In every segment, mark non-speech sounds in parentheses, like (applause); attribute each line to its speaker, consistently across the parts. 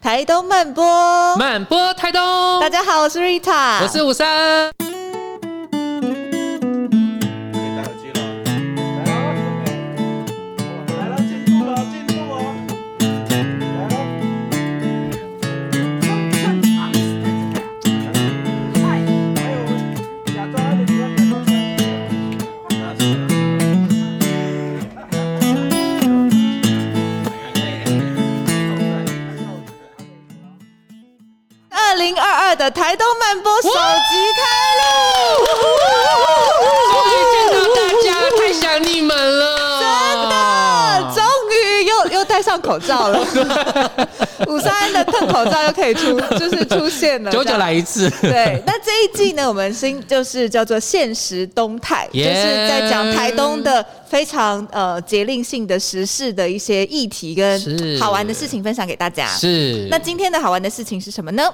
Speaker 1: 台东慢播，
Speaker 2: 慢播台东，
Speaker 1: 哦大家好，我是 Rita，
Speaker 2: 我是五三。
Speaker 3: 可以戴耳机了。来啊，OK，来了，进入了，进入哦。来了。还有，假装安静，假装安静。那是。
Speaker 1: 二零二二的台东慢播首集开录，
Speaker 2: 终于见到大家，太
Speaker 1: 真
Speaker 2: 想你们了，
Speaker 1: 的，终于又又戴上口罩
Speaker 2: (laughs)
Speaker 1: 了，五三安的蹭口罩又可以出，就是出现了，
Speaker 2: 久久来一次。
Speaker 1: 对，那这一季呢，我们新就是叫做现实动态
Speaker 2: Yeah
Speaker 1: 就是在讲台东的非常呃节令性的时事的一些议题跟
Speaker 2: 是
Speaker 1: 好玩的事情分享给大家。
Speaker 2: 是，
Speaker 1: 啊那今天的好玩的事情是什么呢？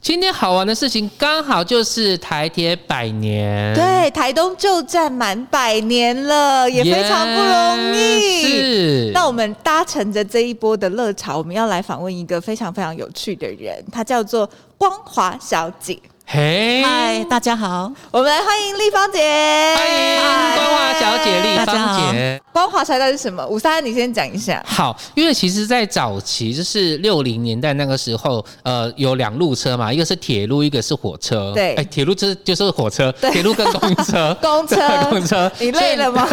Speaker 2: 今天好玩的事情刚好就是台铁百年，
Speaker 1: 对，台东就站满百年了，也
Speaker 2: Yeah，
Speaker 1: 非常不容易。
Speaker 2: 是，
Speaker 1: 那我们搭乘着这一波的热潮，我们要来访问一个非常非常有趣的人，她叫做光华小姐。
Speaker 2: 嘿，
Speaker 4: 嗨，大家好，
Speaker 1: 我们来欢迎立芳姐，欢
Speaker 2: 欢迎光华小姐丽
Speaker 4: 大家
Speaker 2: 芳
Speaker 4: 好
Speaker 2: 姐。
Speaker 1: 光华茶到底是什么？五三，你先讲一下。
Speaker 2: 好，因为其实，在早期就是六零年代那个时候，呃，有两路车嘛，一个是铁路，一个是火车。
Speaker 1: 对
Speaker 2: 哎，铁路就是就是火车，
Speaker 1: 对。
Speaker 2: 铁路跟公车，
Speaker 1: (laughs) 公车
Speaker 2: 公车
Speaker 1: 你累了吗？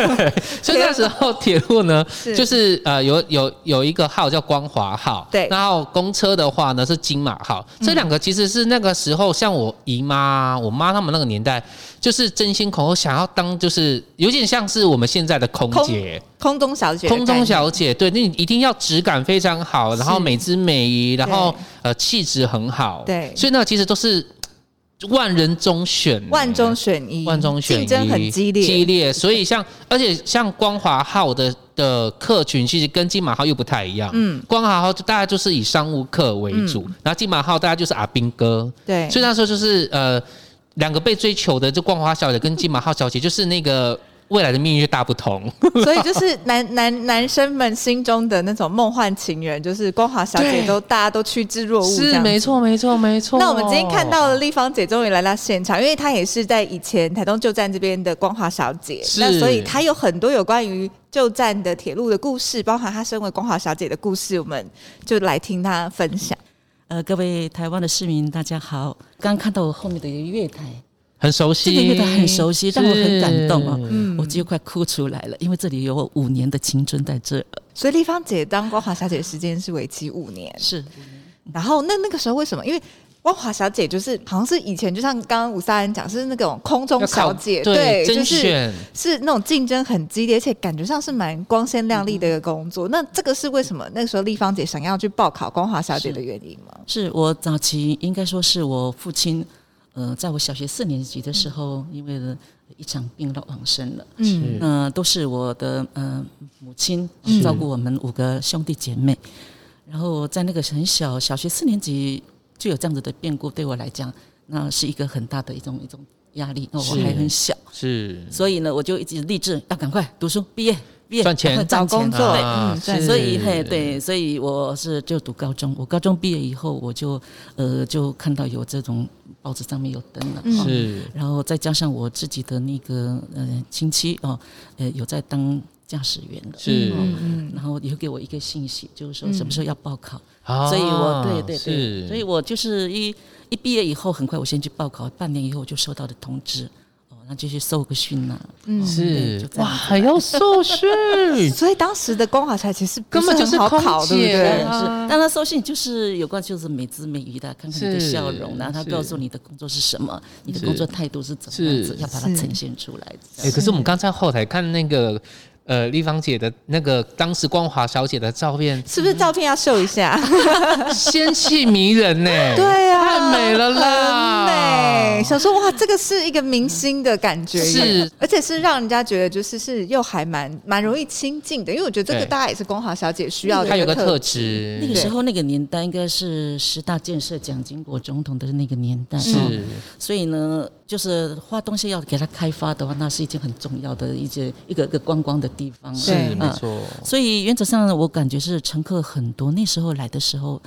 Speaker 2: 所以 (laughs) 那时候铁路呢，
Speaker 1: 是
Speaker 2: 就是呃有有有一个号叫光华号，
Speaker 1: 对嗯
Speaker 2: 然后公车的话呢是金马号，这两个其实是那个时候像我姨妈啊、我妈他们那个年代，就是争先恐后想要当，就是有点像是我们现在的空
Speaker 1: 空
Speaker 2: 姐。
Speaker 1: 空中小姐，
Speaker 2: 空中，小姐，对，那你一定要质感非常好，然后美姿美仪，然后呃气质很好，
Speaker 1: 对
Speaker 2: 所以那个其实都是呃万人中选，
Speaker 1: 万中选一，
Speaker 2: 万中选一，
Speaker 1: 竞争很激烈，
Speaker 2: 激烈。所以像，而且像光华号的的客群，其实跟金马号又不太一样。嗯
Speaker 1: 嗯，
Speaker 2: 光华号就大家就是以商务客为主，然后金马号大家就是阿兵哥。
Speaker 1: 对
Speaker 2: 所以那时候就是呃，两个被追求的，就光华小姐跟金马号小姐，就是那个未来的命运就大不同。
Speaker 1: 所以就是男男男生们心中的那种梦幻情人，就是光华小姐
Speaker 2: 对
Speaker 1: 都大家都趋之若鹜，这
Speaker 2: 是
Speaker 1: 样
Speaker 2: 没错，没错，没错。
Speaker 1: 那我们今天看到了丽芳姐终于来到现场，因为她也是在以前台东旧站这边的光华小姐，
Speaker 2: 是
Speaker 1: 那所以她有很多有关于旧站的铁路的故事，包含她身为光华小姐的故事，我们就来听她分享。
Speaker 4: 呃，各位台湾的市民，大家好。刚看到我后面的一个月台，
Speaker 2: 很熟
Speaker 4: 这
Speaker 2: 悉，
Speaker 4: 个月台很熟悉，让我很感动哦
Speaker 2: 是，
Speaker 1: 嗯
Speaker 4: 我就快哭出来了，因为这里有我五年的青春在这儿。
Speaker 1: 所以丽芳姐当光华小姐的时间是为期五年，
Speaker 4: 是，
Speaker 1: 然后那那个时候为什么？因为光华小姐就是好像是以前，就像刚刚吴三安讲，是那种空中
Speaker 2: 要考
Speaker 1: 小姐，
Speaker 2: 对
Speaker 1: 就
Speaker 2: 甄
Speaker 1: 是
Speaker 2: 选。
Speaker 1: 是那种竞争很激烈，而且感觉上是蛮光鲜亮丽的
Speaker 2: 嗯
Speaker 1: 一个工作。那这个是为什么那时候丽芳姐想要去报考光华小姐的原因吗？
Speaker 4: 是我早期应该说是我父亲，呃，在我小学四年级的时候，因为呢一场病到往生了。
Speaker 1: 嗯，
Speaker 4: 那、都是我的呃母亲嗯照顾我们五个兄弟姐妹，然后在那个很小小学四年级就有这样子的变故，对我来讲，那是一个很大的一种一种压力。那我
Speaker 2: 是
Speaker 4: 还很小，
Speaker 2: 是
Speaker 4: 所以呢，我就一直立志要赶快读书、毕业、毕业
Speaker 2: 赚钱
Speaker 4: (laughs) 赶快赚
Speaker 1: 找工
Speaker 4: 钱
Speaker 1: 作
Speaker 4: 对
Speaker 2: 啊
Speaker 1: 嗯
Speaker 2: 是
Speaker 4: 所以嘿，对，所以我是就读高中。我高中毕业以后，我就呃就看到有这种报纸上面有登了，哦
Speaker 2: 是
Speaker 4: 然后再加上我自己的那个呃亲戚哦，呃有在当驾驶员的，
Speaker 2: 是
Speaker 1: 嗯
Speaker 4: 哦
Speaker 2: 嗯
Speaker 4: 然后有给我一个信息，就是说什么时候要报考，
Speaker 2: 啊
Speaker 4: 所以我对对对，
Speaker 2: 是
Speaker 4: 所以我就是一一毕业以后，很快我先去报考，半年以后我就收到的通知，哦，那就去受个训呐、嗯，对就是这
Speaker 2: 哇，
Speaker 4: 样子
Speaker 2: 还要受训，
Speaker 1: 嗯 (laughs) 所以当时的光华小姐其实不
Speaker 2: 根本就是
Speaker 1: 很好
Speaker 2: 空
Speaker 1: 考，对不
Speaker 2: 姐
Speaker 1: 对
Speaker 2: 啊
Speaker 4: 对？是，但他收信就是有关就是美姿美仪的，看看你的
Speaker 2: 是
Speaker 4: 笑容啦，他
Speaker 2: 是
Speaker 4: 告诉你的工作是什么，你的
Speaker 2: 是
Speaker 4: 工作态度是怎么样子
Speaker 2: 是，
Speaker 4: 要把它
Speaker 1: 是，
Speaker 4: 呈现出来。这
Speaker 2: 哎、
Speaker 4: 样
Speaker 2: 可是我们刚在后台看那个呃丽芳姐的那个当时光华小姐的照片
Speaker 1: 是不是照片要秀一下？
Speaker 2: 仙气迷人呢、
Speaker 1: 对啊，
Speaker 2: 太美了啦，
Speaker 1: 很美。想说哇，这个是一个明星的感觉，
Speaker 2: 是，
Speaker 1: 而且是让人家觉得就是是又还蛮蛮容易亲近的，因为我觉得这个
Speaker 2: 对
Speaker 1: 大家也是光华小姐需要的，
Speaker 2: 她有个特
Speaker 1: 特。
Speaker 2: 质，
Speaker 4: 那个时候那个年代应该是十大建设蒋经国总统的那个年代，哦
Speaker 2: 是
Speaker 4: 所以呢，就是花东西要给它开发的话，那是一件很重要的一些一个一个观光的地方了。
Speaker 2: 是
Speaker 1: 对
Speaker 2: 没
Speaker 4: 嗯
Speaker 2: 错，
Speaker 4: 所以原则上，我感觉是乘客很多。那时候来的时候，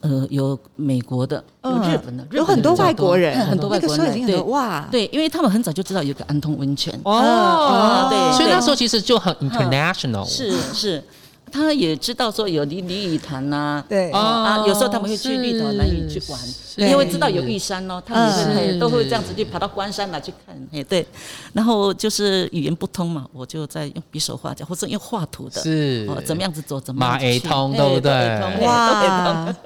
Speaker 4: 呃，有美国的，有
Speaker 1: 嗯
Speaker 4: 日本的，日本
Speaker 1: 有很
Speaker 4: 人
Speaker 1: 多
Speaker 4: 比较
Speaker 1: 外国人，
Speaker 4: 嗯很多外国
Speaker 1: 那个时候已经
Speaker 4: 人
Speaker 1: 很
Speaker 4: 对
Speaker 1: 多哇，
Speaker 4: 对，因为他们很早就知道有一个安通温泉，
Speaker 2: 哦
Speaker 4: 哦对
Speaker 2: 所以
Speaker 4: 对
Speaker 2: 那时候其实就很 international，
Speaker 4: 是是，他也知道说有离鲤鱼潭呐、
Speaker 1: 对
Speaker 2: 哦
Speaker 4: 啊，有时候他们会去
Speaker 2: 是
Speaker 4: 绿岛、南屿去玩，
Speaker 2: 是
Speaker 4: 因为知道有玉山哦，他们
Speaker 1: 嗯
Speaker 4: 也会
Speaker 2: 是
Speaker 4: 都会这样子去跑到关山来去看，哎对，然后就是语言不通嘛，我就在用匕首画，或者用画图的，
Speaker 2: 是
Speaker 4: 哦，怎么样子走，怎么
Speaker 2: 马
Speaker 4: 样子
Speaker 2: A
Speaker 4: 去
Speaker 2: 通，
Speaker 4: 哎
Speaker 2: 对不对？
Speaker 4: 马 A 通对
Speaker 1: 哇，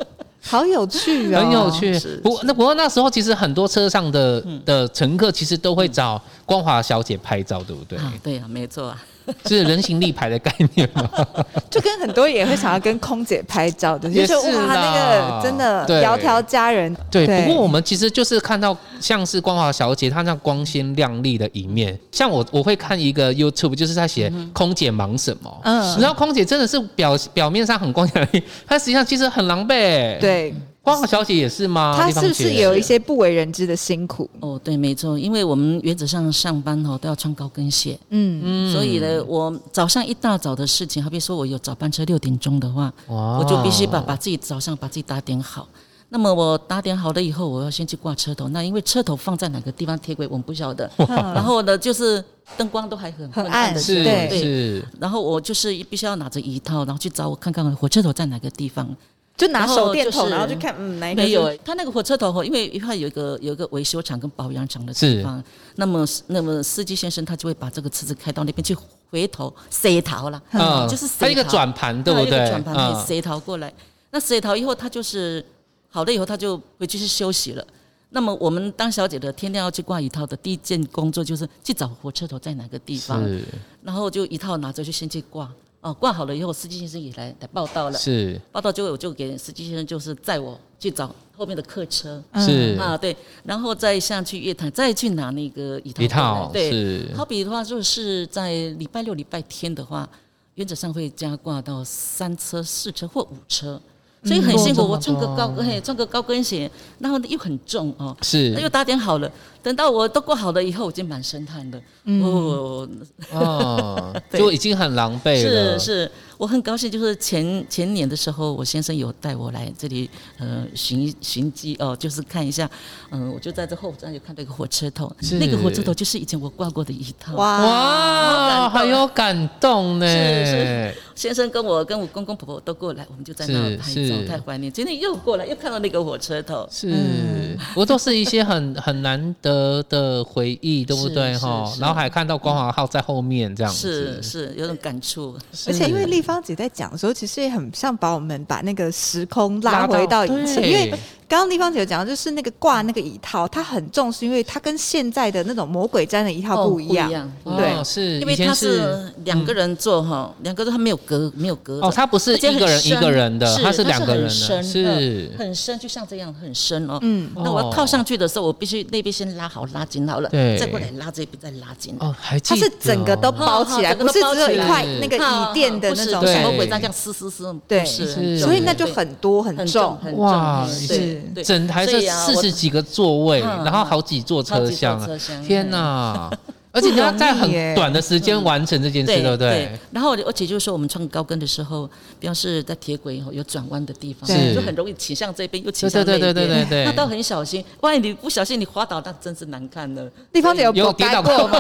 Speaker 1: 好有趣哦，
Speaker 2: 很有趣
Speaker 4: 是。嗯
Speaker 2: 不过那不过那时候其实很多车上的的乘客其实都会找光华小姐拍照，对不对？
Speaker 4: 啊，对啊，没错啊，
Speaker 2: 就是人形立牌的概念嘛。
Speaker 1: 就跟很多也会想要跟空姐拍照的，
Speaker 2: 也
Speaker 1: 就是
Speaker 2: 是
Speaker 1: 哇，
Speaker 2: 啦
Speaker 1: 那个真的
Speaker 2: 对
Speaker 1: 窈窕佳人，
Speaker 2: (laughs) 对，不过我们其实就是看到像是光华小姐她那光鲜亮丽的一面。像我我会看一个 YouTube，就是在写
Speaker 4: 嗯
Speaker 2: 空姐忙什么。
Speaker 1: 嗯
Speaker 2: 嗯，你知道空姐真的是表表面上很光鲜亮丽，她实际上其实很狼狈。，
Speaker 1: 对
Speaker 2: 光华小姐也是吗？
Speaker 1: 她
Speaker 2: 地方
Speaker 4: 啊
Speaker 1: 是不是
Speaker 2: 姐
Speaker 1: 有一些不为人知的辛苦？
Speaker 4: 哦，对，没错，因为我们原则上上班哦都要穿高跟鞋，
Speaker 1: 嗯，
Speaker 4: 所以呢，我早上一大早的事情，好比说我有早班车六点钟的话，
Speaker 2: 哇
Speaker 4: 我就必须把把自己早上把自己打点好。那么我打点好了以后，我要先去挂车头。那因为车头放在哪个地方贴轨，我们不晓得。
Speaker 1: 嗯
Speaker 4: 然后呢，就是灯光都还很
Speaker 1: 很
Speaker 4: 昏暗
Speaker 1: 暗
Speaker 4: 的
Speaker 2: 是
Speaker 4: 时候，
Speaker 1: 对
Speaker 4: 对。
Speaker 2: 是
Speaker 4: 然后我就是必须要拿着一套，然后去找我看看火车头在哪个地方。
Speaker 1: 就拿手电
Speaker 4: 然后
Speaker 1: 筒，
Speaker 4: 就是
Speaker 1: 然后就看，嗯，哪一个是
Speaker 4: 没有
Speaker 2: 哎
Speaker 4: 欸，他那个火车头哦，因为它有一个有一个维修厂跟保养厂的
Speaker 2: 是
Speaker 4: 地方，那么那么司机先生他就会把这个车子开到那边去，回头塞逃了，
Speaker 2: 嗯，
Speaker 4: 就是塞
Speaker 2: 它一个
Speaker 4: 逃
Speaker 2: 转盘，对不嗯
Speaker 4: 他有一
Speaker 2: 对？
Speaker 4: 个转盘可以塞逃过来，那塞逃以后他就是好了以后他就回去去休息了。那么我们当小姐的天天要去挂一套的第一件工作就是去找火车头在哪个地方，
Speaker 2: 是
Speaker 4: 然后就一套拿着就先去挂，哦，挂好了以后司机先生也来来报道了，
Speaker 2: 是
Speaker 4: 报道之后我就给司机先生就是载我去找后面的客车。
Speaker 1: 嗯
Speaker 2: 是
Speaker 4: 啊，对，然后再下去月台，再去拿那个一套
Speaker 2: 一
Speaker 4: 回
Speaker 2: 套
Speaker 4: 来对，
Speaker 2: 是
Speaker 4: 好比的话，就是在礼拜六、礼拜天的话，原则上会加挂到三车、四车或五车，所以很辛苦。
Speaker 2: 哦
Speaker 4: 我
Speaker 2: 这
Speaker 4: 穿
Speaker 2: 么
Speaker 4: 个高
Speaker 2: 多
Speaker 4: 跟，嘿，穿个高跟鞋，然后又很重哦。那又
Speaker 2: 是
Speaker 4: 打点好了，等到我都过好了以后，我已经满身汗了。
Speaker 2: 嗯
Speaker 4: 哦，
Speaker 2: 哦，
Speaker 4: (laughs) 对
Speaker 2: 就已经很狼狈了。
Speaker 4: 是是，我很高兴，就是前前年的时候，我先生有带我来这里，呃，寻寻迹哦，就是看一下，嗯、我就在这后站有看到一个火车头
Speaker 2: 是，
Speaker 4: 那个火车头就是以前我挂过的一套。哇，
Speaker 1: 哇，
Speaker 2: 哇，
Speaker 4: 好感动
Speaker 2: 很有感动呢。
Speaker 4: 是是先生跟我跟我公公婆婆都过来，我们就在那
Speaker 2: 是
Speaker 4: 拍
Speaker 2: 是
Speaker 4: 照，太怀念。今天又过来，又看到那个火车头，
Speaker 2: 是，
Speaker 1: 嗯
Speaker 2: 不过都是一些很 (laughs) 很难得的回忆，对不对
Speaker 4: 是
Speaker 2: 哈
Speaker 4: 是？是
Speaker 2: 然后还看到光华号在后面这样
Speaker 4: 是
Speaker 2: 子，
Speaker 4: 是有种感触。
Speaker 1: 而且因为
Speaker 2: 立
Speaker 1: 丽芳姐在讲的时候，其实也很像把我们把那个时空拉
Speaker 2: 拉
Speaker 1: 回到以前，因为
Speaker 2: 对
Speaker 1: 刚刚丽芳姐有讲到，就是那个挂那个椅套，它很重，是因为它跟现在的那种魔鬼毡的椅套
Speaker 4: 哦
Speaker 1: 不一样，
Speaker 4: 不一样
Speaker 1: 对
Speaker 2: 哦是，
Speaker 4: 因
Speaker 2: 以
Speaker 4: 为
Speaker 2: 前
Speaker 4: 他
Speaker 2: 是嗯
Speaker 4: 是两个人坐哈，两个人他没有隔没有隔的
Speaker 2: 哦，它不是
Speaker 4: 而且
Speaker 2: 一
Speaker 4: 很
Speaker 2: 个人一
Speaker 4: 深
Speaker 2: 个人的，
Speaker 4: 是
Speaker 2: 它是
Speaker 4: 它
Speaker 2: 两个人
Speaker 4: 很
Speaker 2: 的，
Speaker 4: 深
Speaker 2: 是
Speaker 4: 很深，就像这样很深哦。
Speaker 1: 嗯
Speaker 4: 那我
Speaker 2: 哦
Speaker 4: 要套上去的时候，我必须那边先拉好拉紧好了，
Speaker 2: 对
Speaker 4: 再过来拉这边再拉紧。
Speaker 2: 哦，还记
Speaker 1: 它是整个都
Speaker 2: 得哦
Speaker 1: 包起来，
Speaker 4: 哦
Speaker 1: 不
Speaker 4: 哦
Speaker 1: 是只有一块
Speaker 2: 整
Speaker 1: 那个
Speaker 2: 个都
Speaker 1: 椅垫的那种
Speaker 4: 哦嗯不
Speaker 2: 对
Speaker 4: 是什
Speaker 1: 感
Speaker 4: 么
Speaker 1: 觉，
Speaker 4: 鬼这样撕撕撕，
Speaker 1: 对
Speaker 4: 不是
Speaker 2: 是
Speaker 1: 所以那就
Speaker 4: 对
Speaker 1: 很多很
Speaker 4: 很
Speaker 1: 重
Speaker 4: 重，很
Speaker 2: 哇，
Speaker 4: 重
Speaker 2: 是
Speaker 4: 对对
Speaker 2: 整台
Speaker 4: 所
Speaker 2: 是
Speaker 4: 以啊
Speaker 2: 四
Speaker 4: 我
Speaker 2: 十几个座位，
Speaker 4: 嗯
Speaker 2: 然后好几座
Speaker 4: 超
Speaker 2: 车
Speaker 4: 级
Speaker 2: 厢
Speaker 4: 多
Speaker 2: 啊，
Speaker 4: 车厢
Speaker 2: 天
Speaker 4: 嗯
Speaker 2: 哪！而且你要在很
Speaker 1: 不容易耶
Speaker 2: 短的时间完成这件事，对不对？
Speaker 4: 然后而且就是说，我们穿高跟的时候，比方是在铁轨以后有转弯的地方，
Speaker 2: 是
Speaker 4: 就很容易倾向这边，又倾向那
Speaker 2: 对对
Speaker 4: 边。
Speaker 2: 对对对对
Speaker 4: 那倒很小心，万一你不小心你滑倒，那真是难看的。
Speaker 1: 丽芳姐有
Speaker 2: 有
Speaker 1: 有
Speaker 2: 跌
Speaker 1: 改
Speaker 2: 倒
Speaker 1: 过吗？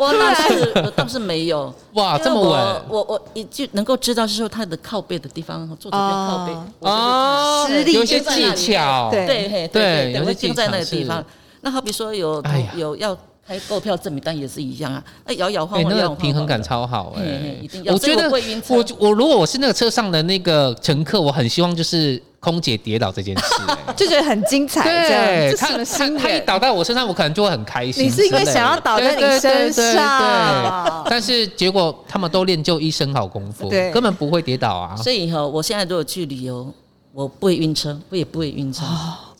Speaker 4: 我倒是我倒是没有，
Speaker 2: 哇，
Speaker 4: 因为
Speaker 2: 这么
Speaker 4: 我
Speaker 2: 稳，
Speaker 4: 我我一就能够知道是说他的靠背的地方，坐着不要靠背
Speaker 1: 哦，
Speaker 4: 我就会
Speaker 2: 哦
Speaker 1: 施力
Speaker 2: 有一些
Speaker 4: 就在那
Speaker 2: 技
Speaker 4: 里
Speaker 2: 巧，
Speaker 1: 对
Speaker 4: 对
Speaker 2: 对
Speaker 4: 嘿对
Speaker 2: 有
Speaker 4: 对，
Speaker 2: 些
Speaker 4: 会
Speaker 2: 技
Speaker 4: 定在
Speaker 2: 巧
Speaker 4: 那个地
Speaker 2: 是
Speaker 4: 方。那好比说有
Speaker 2: 哎呀
Speaker 4: 有要开购票证明单也是一样啊，那摇摇
Speaker 2: 哎、
Speaker 4: 晃晃，
Speaker 2: 那
Speaker 4: 摇
Speaker 2: 个
Speaker 4: 摇晃
Speaker 2: 平衡
Speaker 4: 晃
Speaker 2: 感
Speaker 4: 的
Speaker 2: 超好哎、
Speaker 4: 嘿嘿一定要
Speaker 2: 我
Speaker 4: 所以
Speaker 2: 觉得
Speaker 4: 我会晕车
Speaker 2: 我我如果我是那个车上的那个乘客，我很希望就是空姐跌倒这件事、哎
Speaker 1: 就觉得很精彩，这样
Speaker 2: (laughs) 对
Speaker 1: 这
Speaker 2: 她
Speaker 1: 什么
Speaker 2: 她
Speaker 1: 心
Speaker 2: 她一
Speaker 1: 眼？
Speaker 2: 倒在我身上，我可能就会很开心之类
Speaker 1: 你
Speaker 2: 的。
Speaker 1: 是因为想要倒在你
Speaker 2: 对对对
Speaker 1: 身
Speaker 2: 对对
Speaker 1: 上
Speaker 2: 但是结果他们都练就一身好功夫，
Speaker 1: 对
Speaker 2: 根本不会跌倒啊。
Speaker 4: 所以哈，我现在如果去旅游，我不会晕车，我也不会晕车。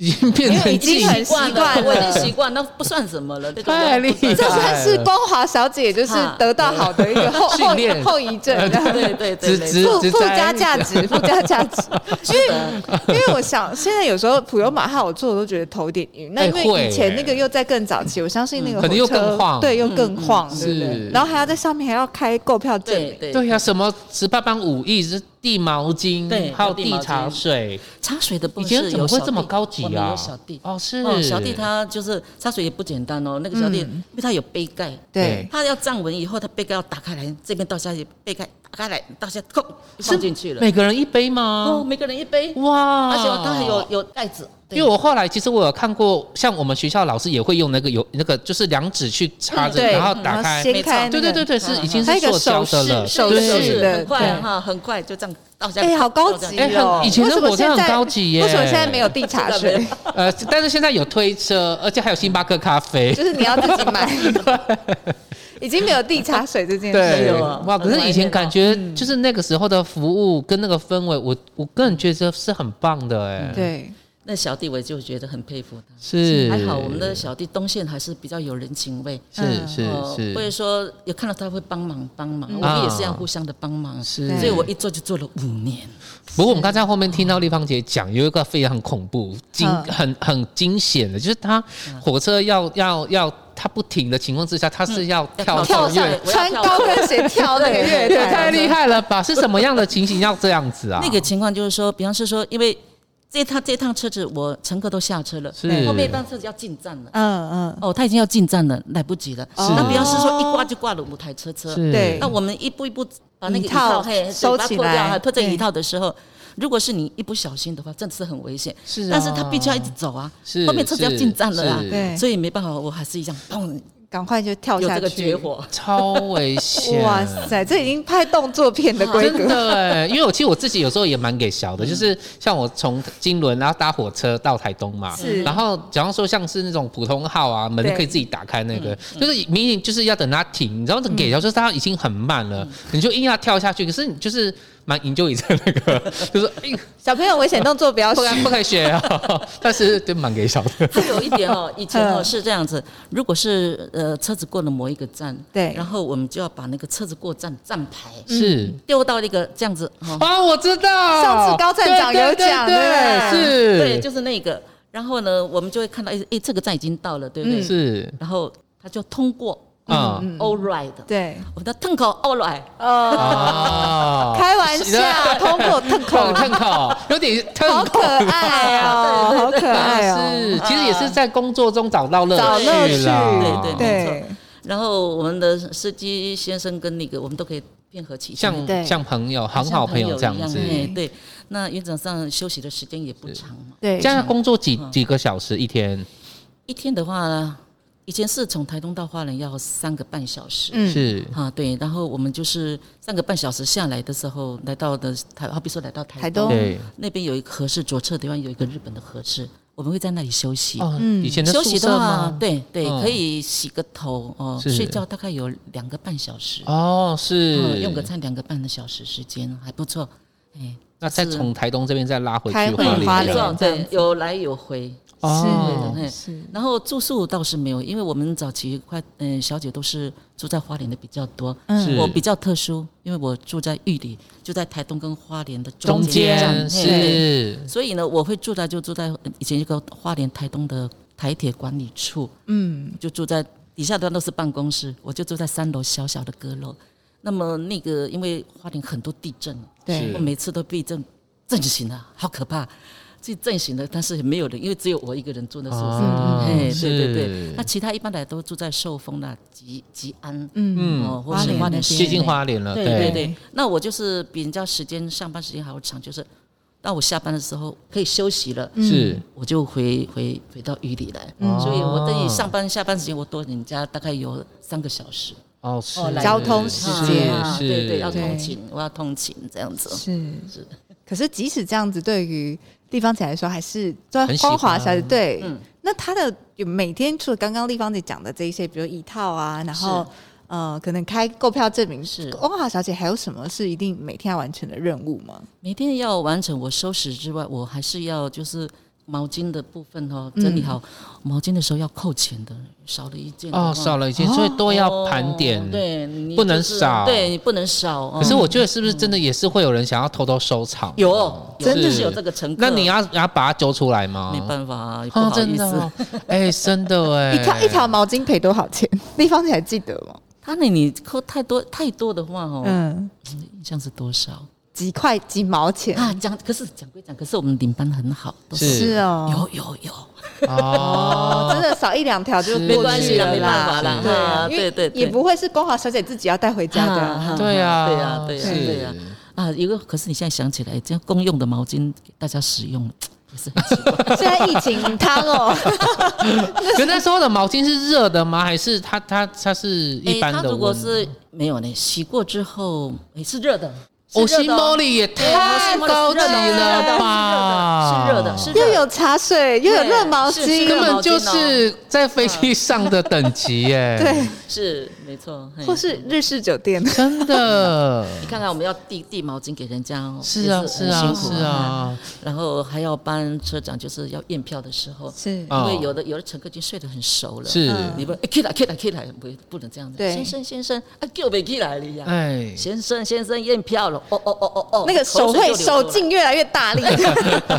Speaker 2: 已经变
Speaker 1: 因为已
Speaker 2: 成
Speaker 1: 经
Speaker 2: 记忆
Speaker 1: 很习惯
Speaker 4: 我已经
Speaker 1: 了
Speaker 4: 习惯，那不算什么了。那个
Speaker 2: 太厉
Speaker 1: (laughs)
Speaker 2: 害了，
Speaker 1: 这算是光华小姐就是得到好的一个后后
Speaker 2: 训练呃
Speaker 1: 后遗症，这样
Speaker 4: 对对对，
Speaker 2: 只
Speaker 4: 没
Speaker 2: 只
Speaker 4: 错
Speaker 1: 附
Speaker 2: 只
Speaker 1: 附
Speaker 2: 在
Speaker 1: 加价值，附加价
Speaker 2: (laughs)
Speaker 1: 值。因为因为我想，现在有时候普悠玛号我坐我都觉得头有点晕。那
Speaker 2: 哎
Speaker 1: 因
Speaker 2: 会
Speaker 1: 为以前那个又在更早期，我相信那个
Speaker 2: 嗯可能
Speaker 1: 火
Speaker 2: 又
Speaker 1: 车
Speaker 2: 更晃
Speaker 1: 对，又更晃，
Speaker 2: 嗯
Speaker 1: 对不对
Speaker 2: 是？
Speaker 1: 然后还要在上面还要开购票证
Speaker 4: 对
Speaker 1: 明。
Speaker 4: 对
Speaker 2: 对呀、什么十八般武艺是地毛巾，
Speaker 4: 对
Speaker 2: 还有
Speaker 4: 有地
Speaker 2: 地
Speaker 4: 毛巾
Speaker 2: 茶水。
Speaker 4: 茶水的部
Speaker 2: 以
Speaker 4: 分
Speaker 2: 前
Speaker 4: 是
Speaker 2: 怎么
Speaker 4: 有
Speaker 2: 会
Speaker 4: 小
Speaker 2: 这么
Speaker 4: 弟
Speaker 2: 高级
Speaker 4: 我们
Speaker 2: 啊？
Speaker 4: 有小弟
Speaker 2: 哦，是
Speaker 4: 哦，小弟他就是茶水也不简单哦，那个小弟、
Speaker 1: 嗯
Speaker 4: 因为他有杯盖，
Speaker 1: 对，
Speaker 4: 他要站稳以后，他杯盖要打开来，这边倒下去，杯盖打开来倒下，扣放进去了。
Speaker 2: 每个人一杯
Speaker 4: 哦，
Speaker 2: 吗？
Speaker 4: 每个人一杯，
Speaker 2: 哇！
Speaker 4: 而且它还有有盖子，对
Speaker 2: 因为我后来其实我有看过，像我们学校老师也会用那个有那个，就是两指去插
Speaker 1: 嗯
Speaker 2: 着，
Speaker 1: 对，
Speaker 2: 然后打
Speaker 1: 然
Speaker 2: 开。
Speaker 1: 掀开那个，
Speaker 2: 对对对对，是
Speaker 4: 嗯
Speaker 2: 已经
Speaker 1: 还有
Speaker 2: 是
Speaker 1: 一个
Speaker 2: 塑胶的了，
Speaker 1: 手
Speaker 2: 对
Speaker 1: 势手势的
Speaker 4: 很快
Speaker 1: 对
Speaker 4: 啊哈，很快就这样倒下。
Speaker 1: 哎，好高
Speaker 4: 倒下
Speaker 1: 级
Speaker 4: 去
Speaker 2: 哎
Speaker 1: 哦！
Speaker 2: 很以前的
Speaker 1: 为什么
Speaker 2: 火车很
Speaker 1: 现在
Speaker 2: 高级耶
Speaker 1: 为什么现在没有地茶
Speaker 4: 现
Speaker 2: (laughs)
Speaker 4: 在
Speaker 1: 水
Speaker 4: 没？
Speaker 2: 呃，但是现在有推车，而且还有星巴克咖啡
Speaker 1: 就。是你要自己
Speaker 2: (laughs)
Speaker 1: 买，已经没有地茶水这件事
Speaker 2: 对，
Speaker 4: 有
Speaker 1: 了。
Speaker 4: 啊
Speaker 2: 哇！可是以前感觉
Speaker 1: 嗯
Speaker 2: 就是那个时候的服务跟那个氛围，我我个人觉得是很棒的哎。，
Speaker 1: 对，
Speaker 4: 那小弟我就觉得很佩服他，哎
Speaker 2: 是
Speaker 4: 还好我们的小弟东线还是比较有人情味。
Speaker 2: 是是
Speaker 4: 哦
Speaker 2: 是，啊
Speaker 4: 或者说有看到他会帮忙帮忙，
Speaker 1: 嗯
Speaker 4: 我们也是要互相的帮忙，
Speaker 2: 是
Speaker 4: 所以我一做就做了五年，
Speaker 2: 不过我们刚才后面听到丽芳姐讲有一个非常恐怖、惊
Speaker 1: 嗯
Speaker 2: 很很惊险的，就是她
Speaker 4: 嗯
Speaker 2: 火车要要要她不停的情况之下，她是要跳
Speaker 1: 跳
Speaker 2: 到
Speaker 1: 上
Speaker 4: 上
Speaker 2: 月
Speaker 4: 嗯来，我要
Speaker 1: 穿
Speaker 4: 跳
Speaker 1: 高跟鞋跳那个月
Speaker 2: 也
Speaker 1: 台，
Speaker 2: 太厉害了吧？是什么样的情形要这样子啊？
Speaker 4: 那个情况就是说，比方是说，因为这趟这趟车子我乘客都下车了，
Speaker 2: 是
Speaker 4: 后面一趟车子要进站了，
Speaker 1: 嗯嗯，
Speaker 4: 哦，他已经要进站了，来不及了。
Speaker 1: 是
Speaker 4: 那比方是说一挂就挂了五台车车，
Speaker 2: 是
Speaker 1: 对
Speaker 4: 那我们一步一步把那个
Speaker 1: 椅套
Speaker 4: 嘿
Speaker 1: 收起来
Speaker 4: 把它脱掉还脱这
Speaker 1: 对
Speaker 4: 椅套的时候。如果是你一不小心的话，真的是很危险。
Speaker 2: 是啊
Speaker 4: 但是他必须要一直走啊，
Speaker 2: 是
Speaker 4: 后面车子要进站了啊
Speaker 2: 是，
Speaker 1: 对
Speaker 4: 所以没办法，我还是一样，砰，
Speaker 1: 赶快就跳
Speaker 4: 有
Speaker 1: 下
Speaker 4: 这个
Speaker 1: 去
Speaker 4: 绝。活。
Speaker 2: 超危险！
Speaker 1: 哇塞，这已经拍动作片的规
Speaker 2: 真
Speaker 1: 格，嗯
Speaker 2: 的哎，因为我其实我自己有时候也蛮给小的，就是像我从金轮然后搭火车到台东嘛
Speaker 1: 是，
Speaker 2: 然后假如说像是那种普通号啊，门
Speaker 1: 对嗯
Speaker 2: 可以自己打开那个，就是明明就是要等它停，你知道那个给小就是它已经很慢
Speaker 1: 嗯
Speaker 2: 了，你就硬要跳下去，可是你就是蛮 enjoy 在那个，就是哎
Speaker 1: 小朋友危险动作不要
Speaker 2: 不
Speaker 1: 学。
Speaker 2: 该不该学啊，但是就蛮给小的，
Speaker 4: 还有一点
Speaker 2: (laughs)
Speaker 4: 哦，以前哦
Speaker 1: 嗯
Speaker 4: 是这样子，如果是呃车子过了某一个站，
Speaker 1: 对
Speaker 4: 然后我们就要把那个车子过站站牌
Speaker 1: 嗯
Speaker 2: 是。
Speaker 4: 丢到那个这样子哦哈，
Speaker 2: 啊，我知道，
Speaker 1: 上次高站长有讲
Speaker 2: 对
Speaker 1: 对不对
Speaker 2: 对
Speaker 4: 对，，就是那个，然后呢，我们就会看到，哎哎，这个站已经到了，对不
Speaker 2: 是
Speaker 1: 嗯
Speaker 4: 对？
Speaker 2: 是
Speaker 4: 然后他就通过
Speaker 2: 啊
Speaker 4: ，all right，
Speaker 1: 对，
Speaker 4: 我们的腾口 all right，
Speaker 1: 呃，
Speaker 2: 啊
Speaker 1: (laughs) 开玩笑，通过腾
Speaker 2: 痛
Speaker 1: 空，
Speaker 2: 痛口， (laughs) 有点
Speaker 1: 好
Speaker 2: 痛
Speaker 1: 可
Speaker 2: 口。
Speaker 1: 爱哦，好可爱哦，
Speaker 2: 是，其实也是在工作中找到乐
Speaker 1: 找乐
Speaker 2: 趣
Speaker 1: 趣
Speaker 2: 啦。
Speaker 4: 对
Speaker 1: 对，
Speaker 4: 然后我们的司机先生跟那个我们都可以配合起来。
Speaker 1: 对
Speaker 2: 像像朋友，很好
Speaker 4: 像
Speaker 2: 朋友这样
Speaker 4: 一
Speaker 2: 子。
Speaker 4: 哎对。那原则上休息的时间也不长嘛，
Speaker 1: 对，
Speaker 2: 加上工作几
Speaker 4: 嗯
Speaker 2: 几个小时一天，
Speaker 4: 一天的话，以前是从台东到花莲要三个半小时，
Speaker 1: 嗯
Speaker 2: 是
Speaker 4: 啊，对，然后我们就是三个半小时下来的时候，来到的台，好比说来到台
Speaker 1: 台东
Speaker 2: 对
Speaker 4: 那边有一个合适左侧的地方有一个日本的合适，我们会在那里休息。
Speaker 2: 哦，
Speaker 1: 嗯
Speaker 2: 以前的
Speaker 4: 休
Speaker 2: 宿
Speaker 4: 息
Speaker 2: 舍
Speaker 4: 的话
Speaker 2: 吗，？
Speaker 4: 对对，
Speaker 2: 嗯
Speaker 4: 可以洗个头哦，
Speaker 2: 是
Speaker 4: 睡觉大概有两个半小时，
Speaker 2: 哦，
Speaker 4: 嗯
Speaker 2: 是
Speaker 4: 用个餐两个半的小时时间，还不错。哎，
Speaker 2: 那再从台东这边再拉回
Speaker 1: 开
Speaker 2: 去
Speaker 1: 回
Speaker 2: 花
Speaker 1: 花
Speaker 4: 没
Speaker 1: 莲
Speaker 2: 莲
Speaker 1: 这
Speaker 4: 错
Speaker 1: 样，
Speaker 4: 对
Speaker 1: 子，
Speaker 4: 有来有回。
Speaker 2: 哦，
Speaker 4: 对
Speaker 1: 是
Speaker 4: 然后住宿倒是没有，因为我们早期快嗯、小姐都是住在花莲的比较多，
Speaker 1: 嗯
Speaker 2: 是
Speaker 4: 我比较特殊，因为我住在玉里，就在台东跟花莲的
Speaker 2: 中间
Speaker 4: 站嘿
Speaker 2: 是
Speaker 4: 所以呢，我会住在就住在以前一个花莲台东的台铁管理处，
Speaker 1: 嗯，
Speaker 4: 就住在底下端都是办公室，我就住在三楼小小的阁楼。那么那个因为花莲很多地震，
Speaker 1: 对
Speaker 4: 我每次都被震震醒了，好可怕。自己震醒了，但是没有人，因为只有我一个人住那宿舍。
Speaker 2: 啊
Speaker 4: 哎，对
Speaker 2: 是
Speaker 4: 对对，那其他一般来都住在寿丰啦、吉吉安，
Speaker 1: 嗯
Speaker 4: 哦，或
Speaker 1: 花
Speaker 4: 是
Speaker 1: 莲
Speaker 4: 花
Speaker 1: 那
Speaker 4: 莲
Speaker 1: 边
Speaker 4: 市
Speaker 2: 接近
Speaker 4: 内
Speaker 2: 花莲了，
Speaker 4: 对对
Speaker 2: 啊对
Speaker 4: 对，那我就是比人家时间上班时间还要长，就是到我下班的时候可以休息了，
Speaker 2: 是
Speaker 4: 我就回回回到雨里来。
Speaker 2: 嗯
Speaker 4: 所以我等于上班下班时间，我多人家大概有三个小时
Speaker 2: 哦是
Speaker 4: 哦来
Speaker 1: 交通时间
Speaker 4: 啊
Speaker 2: 是
Speaker 4: 对对，要
Speaker 1: 对
Speaker 4: 通勤，我要通勤这样子。
Speaker 1: 是
Speaker 4: 是
Speaker 1: 可是即使这样子，对于地方姐来说，还是在
Speaker 2: 很喜
Speaker 1: 光华
Speaker 2: 欢
Speaker 1: 小姐对。
Speaker 4: 嗯
Speaker 1: 那她的有每天除了刚刚丽芳姐讲的这一些，比如一套啊，然后呃，可能开购票证明
Speaker 4: 是
Speaker 1: 光华小姐还有什么是一定每天要完成的任务吗？
Speaker 4: 每天要完成我收拾之外，我还是要就是毛巾的部分哦，
Speaker 2: 嗯
Speaker 4: 整理好、毛巾的时候要扣钱的，少了一件
Speaker 2: 哦，少
Speaker 4: 了
Speaker 2: 了一件，所以都要盘点。
Speaker 4: 嗯哦对，嗯你
Speaker 2: 不能
Speaker 4: 就是
Speaker 2: 少
Speaker 4: 对你不能少。哦
Speaker 2: 可是我觉得是不是真的也是会有人想要偷偷收藏？
Speaker 4: 有有
Speaker 2: 真的
Speaker 4: 是有这个乘客，
Speaker 2: 那你要要把它揪出来吗？
Speaker 4: 没办法啊，也不
Speaker 2: 哦，
Speaker 4: 好
Speaker 2: 真
Speaker 4: 意
Speaker 2: 的
Speaker 4: 思 (laughs)
Speaker 2: 哦。，哎，真的哎，
Speaker 1: 一条一条毛巾赔多少钱？ (laughs) 立方姐还记得吗？
Speaker 4: 他那你扣太多太多的话哦，
Speaker 1: 嗯，
Speaker 4: 印象是多少
Speaker 1: 几块几毛钱？
Speaker 4: 啊？讲可是讲归讲，可是我们领班很好，都
Speaker 2: 是
Speaker 1: 哦，
Speaker 4: 有有有，
Speaker 2: 哦
Speaker 1: 哦，真的少一两条就是
Speaker 2: 是
Speaker 1: 过去
Speaker 2: 没关系啦
Speaker 1: 了
Speaker 2: 没
Speaker 4: 办法啦
Speaker 1: 对
Speaker 4: 啊
Speaker 1: 啊，因为
Speaker 4: 对对对
Speaker 1: 也不会是光华小姐自己要带回家的啊。
Speaker 4: 啊
Speaker 2: 对呀，
Speaker 4: 对呀对呀
Speaker 2: 是
Speaker 4: 对呀啊！一个可是你现在想起来，这样公用的毛巾给大家使用也 (laughs) 是很奇怪。
Speaker 1: 现在疫情汤哦，
Speaker 2: 可那时候的毛巾是热的吗？还是它它它是一般的
Speaker 4: 诶它
Speaker 2: 温？
Speaker 4: 哎如果是哦没有呢，洗过之后诶是热的，
Speaker 2: 欧
Speaker 4: 是
Speaker 2: 西
Speaker 4: 热的
Speaker 2: 莫
Speaker 4: 哦
Speaker 2: 里也太高级了吧？
Speaker 4: 哎是热的是热的是热的是热
Speaker 1: (laughs)
Speaker 4: 的
Speaker 1: 又有茶水，又有热毛
Speaker 4: 是是
Speaker 1: 巾，
Speaker 2: 根本
Speaker 4: 哦
Speaker 2: 就是在飞机上的等级耶！
Speaker 4: (laughs)
Speaker 1: 对，
Speaker 4: 是没错，嘿
Speaker 1: 或是日式酒店。
Speaker 2: 真的
Speaker 4: 你看看我们要递递毛巾给人家哦，
Speaker 2: 是啊
Speaker 4: 也
Speaker 2: 是
Speaker 4: 很
Speaker 2: 啊
Speaker 4: 辛
Speaker 2: 是
Speaker 4: 苦
Speaker 2: 啊， (laughs)
Speaker 4: 然后还要帮车长，就是要验票的时候，
Speaker 1: 是
Speaker 2: 哦
Speaker 4: 因为有的有的乘客已经睡得很熟了，
Speaker 2: 是
Speaker 1: 嗯
Speaker 4: 你不哎起来起来起来，不不能这样子，
Speaker 1: 对
Speaker 4: 先生先生啊叫不起来了呀，
Speaker 2: 哎，
Speaker 4: 先生先生验票了，哦哦哦哦哦，
Speaker 1: 那个手
Speaker 4: 口
Speaker 1: 会
Speaker 4: 水就流出来
Speaker 1: 手，劲越来越大
Speaker 4: (laughs)
Speaker 1: 力，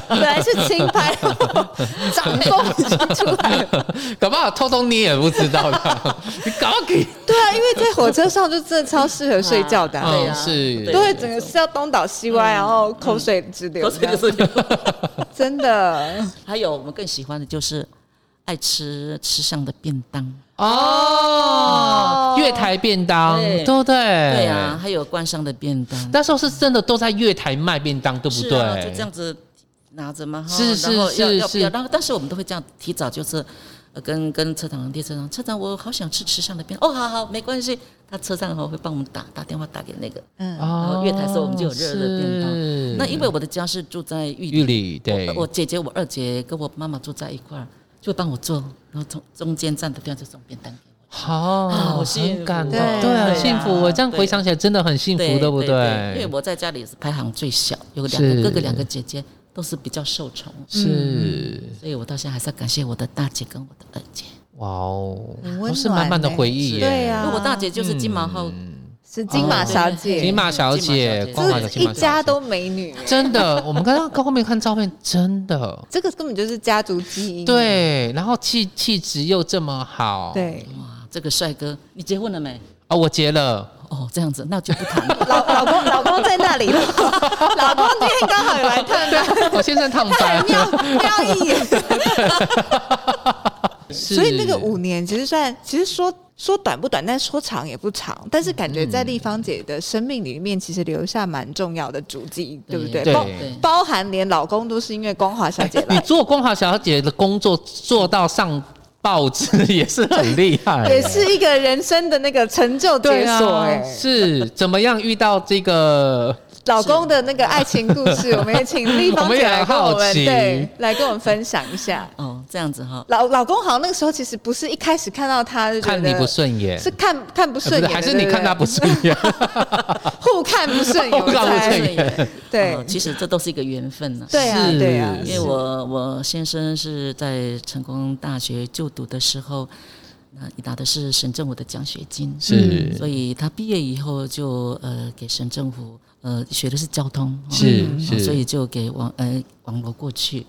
Speaker 1: 本来是轻拍，然后掌风已经出来了。
Speaker 2: (laughs)
Speaker 4: (laughs)
Speaker 2: 搞不好偷偷捏也不知道的，你搞不好给
Speaker 1: 对啊，因为在火车上就真的超适合睡觉的啊、
Speaker 2: 嗯
Speaker 4: 对呀，
Speaker 2: 是
Speaker 4: 对嗯
Speaker 1: 都会整个是要东倒西歪，然后口水直流
Speaker 4: 口
Speaker 1: 这
Speaker 4: 水
Speaker 1: 样，
Speaker 4: 就是流。
Speaker 1: 真的。
Speaker 4: 还有我们更喜欢的就是爱吃吃上的便当，
Speaker 2: 哦，月台便当，
Speaker 4: 对
Speaker 2: 对不对？
Speaker 4: 对啊，，还有关上的便当，
Speaker 2: 那时候是真的都在月台卖便当，对不
Speaker 4: 是
Speaker 2: 对？
Speaker 4: 啊，就这样子拿着嘛，哈
Speaker 2: 是是
Speaker 4: 然后要
Speaker 2: 是
Speaker 4: 要
Speaker 2: 是
Speaker 4: 不要？然后但是我们都会这样提早，就是呃跟跟车长、列车长，车长我好想吃池上的便哦，好好没关系，他车上哦会帮我们打打电话打给那个。
Speaker 1: 嗯，
Speaker 4: 然
Speaker 2: 哦
Speaker 4: 后月台时候我们就有热的便当
Speaker 2: 是
Speaker 4: 那因为我的家是住在玉
Speaker 2: 嗯
Speaker 4: 呃
Speaker 2: 玉里对，
Speaker 4: 我姐姐、我二姐跟我妈妈住在一块儿，就会帮我做，然后中中间站的地方就送便当给我。
Speaker 2: 好，
Speaker 4: 啊我幸
Speaker 2: 很感
Speaker 4: 福
Speaker 2: 动，
Speaker 1: 对
Speaker 2: 对，很
Speaker 1: 对
Speaker 2: 幸福。
Speaker 4: 啊
Speaker 2: 我这样
Speaker 4: 对
Speaker 2: 回想起来，真的很幸福，对不
Speaker 4: 对因为我在家里也是排行最小，有两
Speaker 2: 是
Speaker 4: 个哥哥、两个姐姐，都是比较受宠，
Speaker 2: 是，
Speaker 4: 所以我到现在还是要感谢我的大姐跟我的二姐。
Speaker 2: 哇哦
Speaker 1: 很，温
Speaker 2: 都是满满
Speaker 1: 暖呢
Speaker 2: 的
Speaker 4: 欸
Speaker 1: 欸
Speaker 2: 回忆耶。
Speaker 1: 对啊
Speaker 4: 因为我大姐就是金毛号，
Speaker 1: 是金马小姐，
Speaker 4: 嗯对
Speaker 2: 哦金马小
Speaker 4: 金马小
Speaker 2: 姐，
Speaker 4: 姐
Speaker 2: 光华
Speaker 1: 这
Speaker 2: 的
Speaker 1: 是
Speaker 2: 金
Speaker 1: 一
Speaker 2: 马小
Speaker 1: 家
Speaker 2: 姐
Speaker 1: 都美女，
Speaker 2: 真的，我们刚刚后面看照片，真的
Speaker 1: 这个根本就是家族基因。
Speaker 2: 对，然后气气质又这么好，
Speaker 1: 对，
Speaker 4: 哇，这个帅哥，你结婚了没？
Speaker 2: 啊，我结了，
Speaker 4: 哦，这样子，那就不谈 (laughs) 了。
Speaker 1: 老老公老公在那
Speaker 2: (laughs)
Speaker 1: 里，老公今天刚好有来探班，
Speaker 2: 我先生烫
Speaker 1: (laughs)
Speaker 2: 班，
Speaker 1: 啊妙妙意。
Speaker 2: 是
Speaker 1: 所以那个五年其实算，其实说说短不短，但说长也不长，但是感觉在丽芳姐的生命里面，其实留下蛮重要的足迹，对不对？
Speaker 2: 嗯对哎
Speaker 1: 包
Speaker 4: 对
Speaker 1: 包含连老公都是因为光华小姐
Speaker 2: (laughs) 你
Speaker 1: 来。
Speaker 2: 做光华小姐的工作做到上报纸也是很厉
Speaker 1: (laughs)
Speaker 2: 害，
Speaker 1: 也是一个人生的那个成就
Speaker 2: 对
Speaker 1: 解锁哎、
Speaker 2: 啊，是怎么样遇到这个？
Speaker 1: 老公的那个爱情故
Speaker 2: (laughs)
Speaker 1: 事，我们也请丽芳
Speaker 2: 我们
Speaker 1: 姐
Speaker 2: 也
Speaker 1: 来
Speaker 2: 很
Speaker 1: 跟我
Speaker 2: 好
Speaker 1: 们
Speaker 2: 奇
Speaker 1: 对来跟我们分享一下。
Speaker 4: 哦，这样子哈，
Speaker 1: 老老公好像那个时候其实不是一开始看到他就觉
Speaker 2: 看你
Speaker 1: 得
Speaker 2: 不顺眼，
Speaker 1: 是看看不
Speaker 2: 呃不
Speaker 1: 顺眼的，
Speaker 2: 还是
Speaker 1: 对
Speaker 2: 你
Speaker 1: 对
Speaker 2: 看他不顺眼？
Speaker 1: 互看不顺眼，
Speaker 2: (laughs) 互看不
Speaker 1: 我
Speaker 2: 顺
Speaker 1: 猜
Speaker 2: 眼嗯
Speaker 1: 对
Speaker 4: 哦其实这都是一个缘分呢、
Speaker 1: 对啊
Speaker 2: 是
Speaker 1: 对啊，
Speaker 4: 因为我我先生是在成功大学就读的时候，那你拿的是省政府的奖学金，
Speaker 2: 是
Speaker 1: 嗯
Speaker 4: 所以他毕业以后就呃给省政府呃学的是交通，哦
Speaker 2: 是
Speaker 4: 哦
Speaker 2: 是
Speaker 4: 所以就给王呃王罗过去。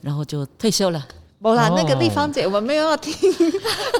Speaker 4: 然后就退休了，
Speaker 1: 不啦
Speaker 2: 哦，
Speaker 1: 那个丽芳姐，我们没有要听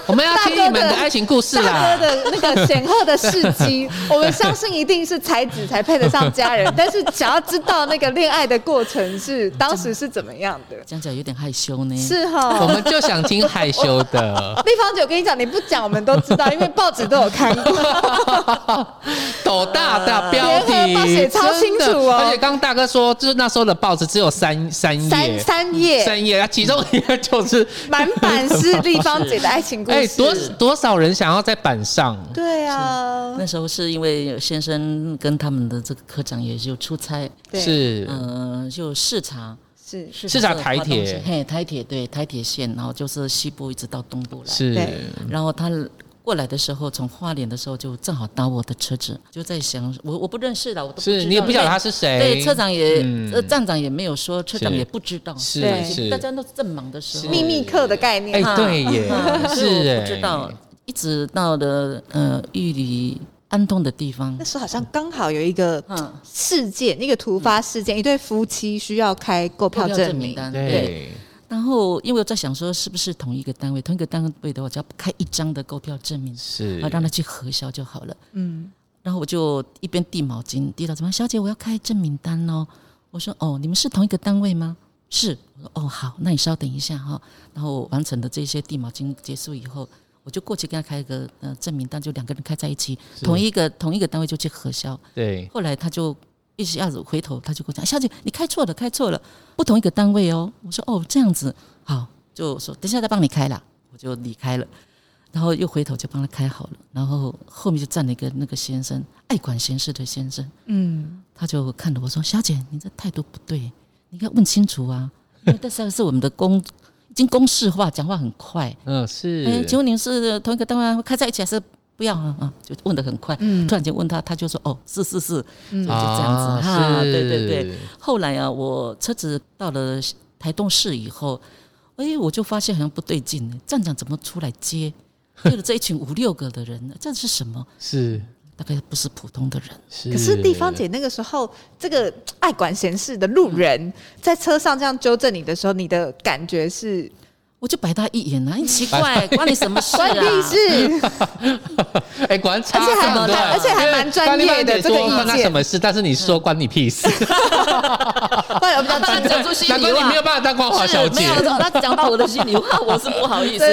Speaker 2: 我们要听你们的爱情故事
Speaker 1: (laughs) 大
Speaker 2: 啦
Speaker 1: 哥。的那个显赫的事迹，
Speaker 2: 啊
Speaker 1: (laughs) 我们相信一定是才子才配得上佳
Speaker 2: (laughs)
Speaker 1: 人，但是想要知道那个恋爱的过程是
Speaker 2: 嗯
Speaker 1: 当时是怎么样的，
Speaker 4: 讲起来有点害羞呢。
Speaker 1: 是
Speaker 2: 我
Speaker 1: 哈。，
Speaker 2: 们就想听害羞的
Speaker 1: 丽芳姐，我跟你讲，你不讲我们都知道，因为报纸都有看过。
Speaker 2: (laughs) 斗大大标题，
Speaker 1: 呃联合报写超清楚哦
Speaker 2: 真的而且刚刚大哥说，就是那时候的报纸只有三三
Speaker 1: 三
Speaker 2: 页，
Speaker 1: 三页，
Speaker 2: 三页，啊其中一个就是
Speaker 1: 满版是丽芳姐的爱情故
Speaker 2: 哎，
Speaker 1: 事。
Speaker 2: 多多少人想要在板上，
Speaker 1: (laughs) 对啊，
Speaker 4: 那时候是因为先生跟他们的这个科长也就出差，
Speaker 1: 对
Speaker 2: 是
Speaker 4: 嗯、就视察
Speaker 1: 是
Speaker 2: 视察台
Speaker 4: 华东
Speaker 2: 铁
Speaker 4: 线嘿，台铁对台铁线，然后就是西部一直到东部来。
Speaker 2: 是
Speaker 1: 对
Speaker 4: 然后他过来的时候，从花莲的时候就正好搭我的车子，就在想我我不认识了，我都不知道
Speaker 2: 是你也不晓得
Speaker 4: 因为
Speaker 2: 他是谁，
Speaker 4: 对，车长也、
Speaker 2: 嗯
Speaker 4: 呃站长也没有说，车长
Speaker 2: 是
Speaker 4: 也不知道，
Speaker 2: 是
Speaker 1: 对
Speaker 2: 是
Speaker 4: 大家都是正忙的时
Speaker 2: 是
Speaker 4: 候，啊
Speaker 1: 秘密课的概念
Speaker 2: 哎、
Speaker 1: 哈，
Speaker 2: 对
Speaker 4: (laughs)
Speaker 2: 耶，
Speaker 4: 所以
Speaker 2: 是
Speaker 4: 我
Speaker 2: 哎，
Speaker 4: 不知道，一直到了呃玉里安东的地方
Speaker 1: 那，时候好像刚好有一个
Speaker 4: 嗯，
Speaker 1: 事件，一个突发事件，一对夫妻需要开购票证明，
Speaker 4: 单嗯对。
Speaker 2: 哎对，
Speaker 4: 然后因为我在想说，是不是同一个单位，同一个单位的话，只要开一张的购票证明，
Speaker 2: 是
Speaker 4: 啊，让他去核销就好了。
Speaker 1: 嗯，
Speaker 4: 然后我就一边递毛巾，递到怎么样？小姐，我要开证明单哦。我说哦，你们是同一个单位吗？是。我说哦，好，那你稍等一下哈、然后我完成的这些递毛巾结束以后，我就过去跟他开一个呃证明单，就两个人开在一起，
Speaker 2: 是
Speaker 4: 同一个同一个单位就去核销。
Speaker 2: 对
Speaker 4: 后来他就一下子回头，他就跟我讲：“小姐，你开错了，开错了，不同一个单位哦。”我说：“哦，这样子，好，就说等一下再帮你开啦。”我就离开了，然后又回头就帮他开好了，然后后面就站了一个那个先生，爱管闲事的先生，
Speaker 1: 嗯，
Speaker 4: 他就看着我说：“小姐，你这态度不对，你应该问清楚啊，因为这三个是我们的公。”已经公式化，讲话很快。
Speaker 2: 嗯是，
Speaker 4: 哎，请问您是同一个单位啊开在一起还是不要啊？啊，就问得很快。
Speaker 1: 嗯
Speaker 4: 突然间问他，他就说：“哦，是是是。”
Speaker 1: 嗯
Speaker 4: 就这样子
Speaker 2: 啊
Speaker 4: 哈，
Speaker 2: 是
Speaker 4: 对对对。后来啊，我车子到了台东市以后，哎，我就发现好像不对劲呢，站长怎么出来接？对了，这一群五六个的人呢，这是什么？
Speaker 2: 是
Speaker 4: 大概不是普通的人。
Speaker 2: 是，
Speaker 1: 可是丽芳姐那个时候，这个爱管闲事的路人在车上这样纠正你的时候，你的感觉是
Speaker 4: 我就白他一眼啊，你奇怪，关你什么事啊？
Speaker 1: 关屁事，
Speaker 2: 哎、果然差
Speaker 1: 而且还
Speaker 2: 这么多
Speaker 1: 而且还蛮专业的
Speaker 2: 因为刚刚丽芳姐
Speaker 1: 这个
Speaker 2: 说
Speaker 1: 意见
Speaker 2: 关他什么事？但是你说关你屁事，
Speaker 1: 不然我比较
Speaker 4: 他讲出
Speaker 2: 难怪你没有办法当光华小姐
Speaker 4: 啊是没。有他讲到我的心里话，我是不好意思
Speaker 1: 真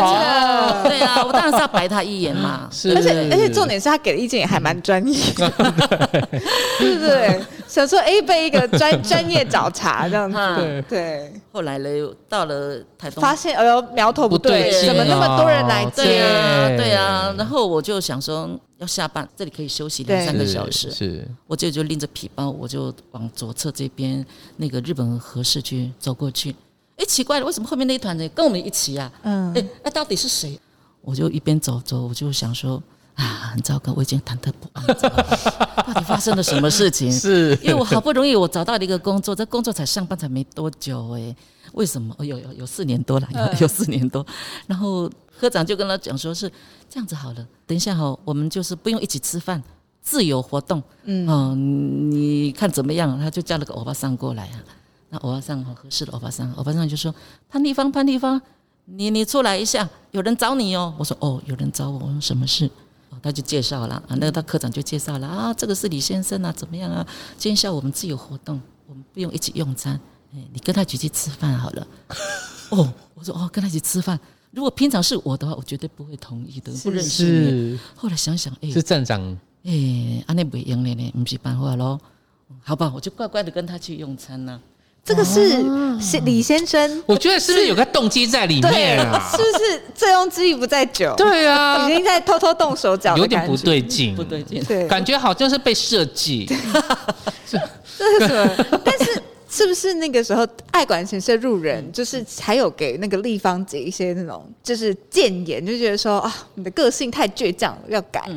Speaker 1: 的。
Speaker 4: 啊。对啊，我当然是要白他一眼
Speaker 2: (laughs)
Speaker 4: 嘛。
Speaker 2: 是，
Speaker 1: 而且而且重点是他给的意见也还蛮专业的， (laughs) 对不对？想说哎，被一个专专业找茬这样
Speaker 4: 哈
Speaker 1: 子，对，
Speaker 4: 后来嘞，到了台东
Speaker 1: 发现哎呦苗头不对，
Speaker 4: 不对劲
Speaker 1: 怎么那么多人来
Speaker 2: 对
Speaker 4: 对
Speaker 1: 接？
Speaker 4: 呀、
Speaker 2: 对
Speaker 4: 对呀、然后我就想说要下班，这里可以休息两
Speaker 1: 对
Speaker 4: 三
Speaker 2: 是
Speaker 4: 个小时，
Speaker 2: 是
Speaker 4: 我就就拎着皮包，我就往左侧这边那个日本和市区走过去。哎，奇怪了，为什么后面那一团人跟我们一起呀、
Speaker 1: 嗯
Speaker 4: 哎、，那到底是谁？我就一边走走，我就想说啊，很糟糕，我已经忐忑不安，怎么办 (laughs) 到底发生了什么事情？
Speaker 2: 是，
Speaker 4: 因为我好不容易我找到了一个工作，这工作才上班才没多久哎、为什么？哦，有有有四年多了，有有四年多。然后科长就跟他讲说是这样子好了，等一下哈、我们就是不用一起吃饭，自由活动，嗯、你看怎么样？他就叫了个欧巴桑过来啊，那欧巴桑很合适的欧巴桑，欧巴桑就说潘立芳，潘立芳，你你出来一下，有人找你哦。我说哦，有人找我，我说什么事？哦他就介绍了啊，那个他科长就介绍了啊，这个是李先生啊，怎么样啊？今天下午我们自由活动，我们不用一起用餐，哎，你跟他一起去吃饭好了。哦，我说哦，跟他一起吃饭。如果平常是我的话，我绝对不会同意的，不认识你。
Speaker 2: 是
Speaker 4: 后来想想，哎
Speaker 2: 是站长
Speaker 4: 哎，安内不用了呢，不是办法喽。好吧，我就乖乖的跟他去用餐啊
Speaker 1: 这
Speaker 4: 呐、
Speaker 1: 个是是李先生，
Speaker 2: 我觉得是不是有个动机在里
Speaker 1: 对 (laughs)
Speaker 2: 面啊，？
Speaker 1: 是不是醉翁之意不在酒？
Speaker 2: 对啊
Speaker 1: 已，经在偷偷动手脚，
Speaker 2: 有点不，对劲，
Speaker 4: 不对劲。
Speaker 1: 对，
Speaker 2: 感觉好像是被设计。
Speaker 1: 这是什么？但是是不是那个时候爱管闲事的路人，就是还有给那个立方姐一些那种就是谏言，就觉得说啊，你的个性太倔强了，要改。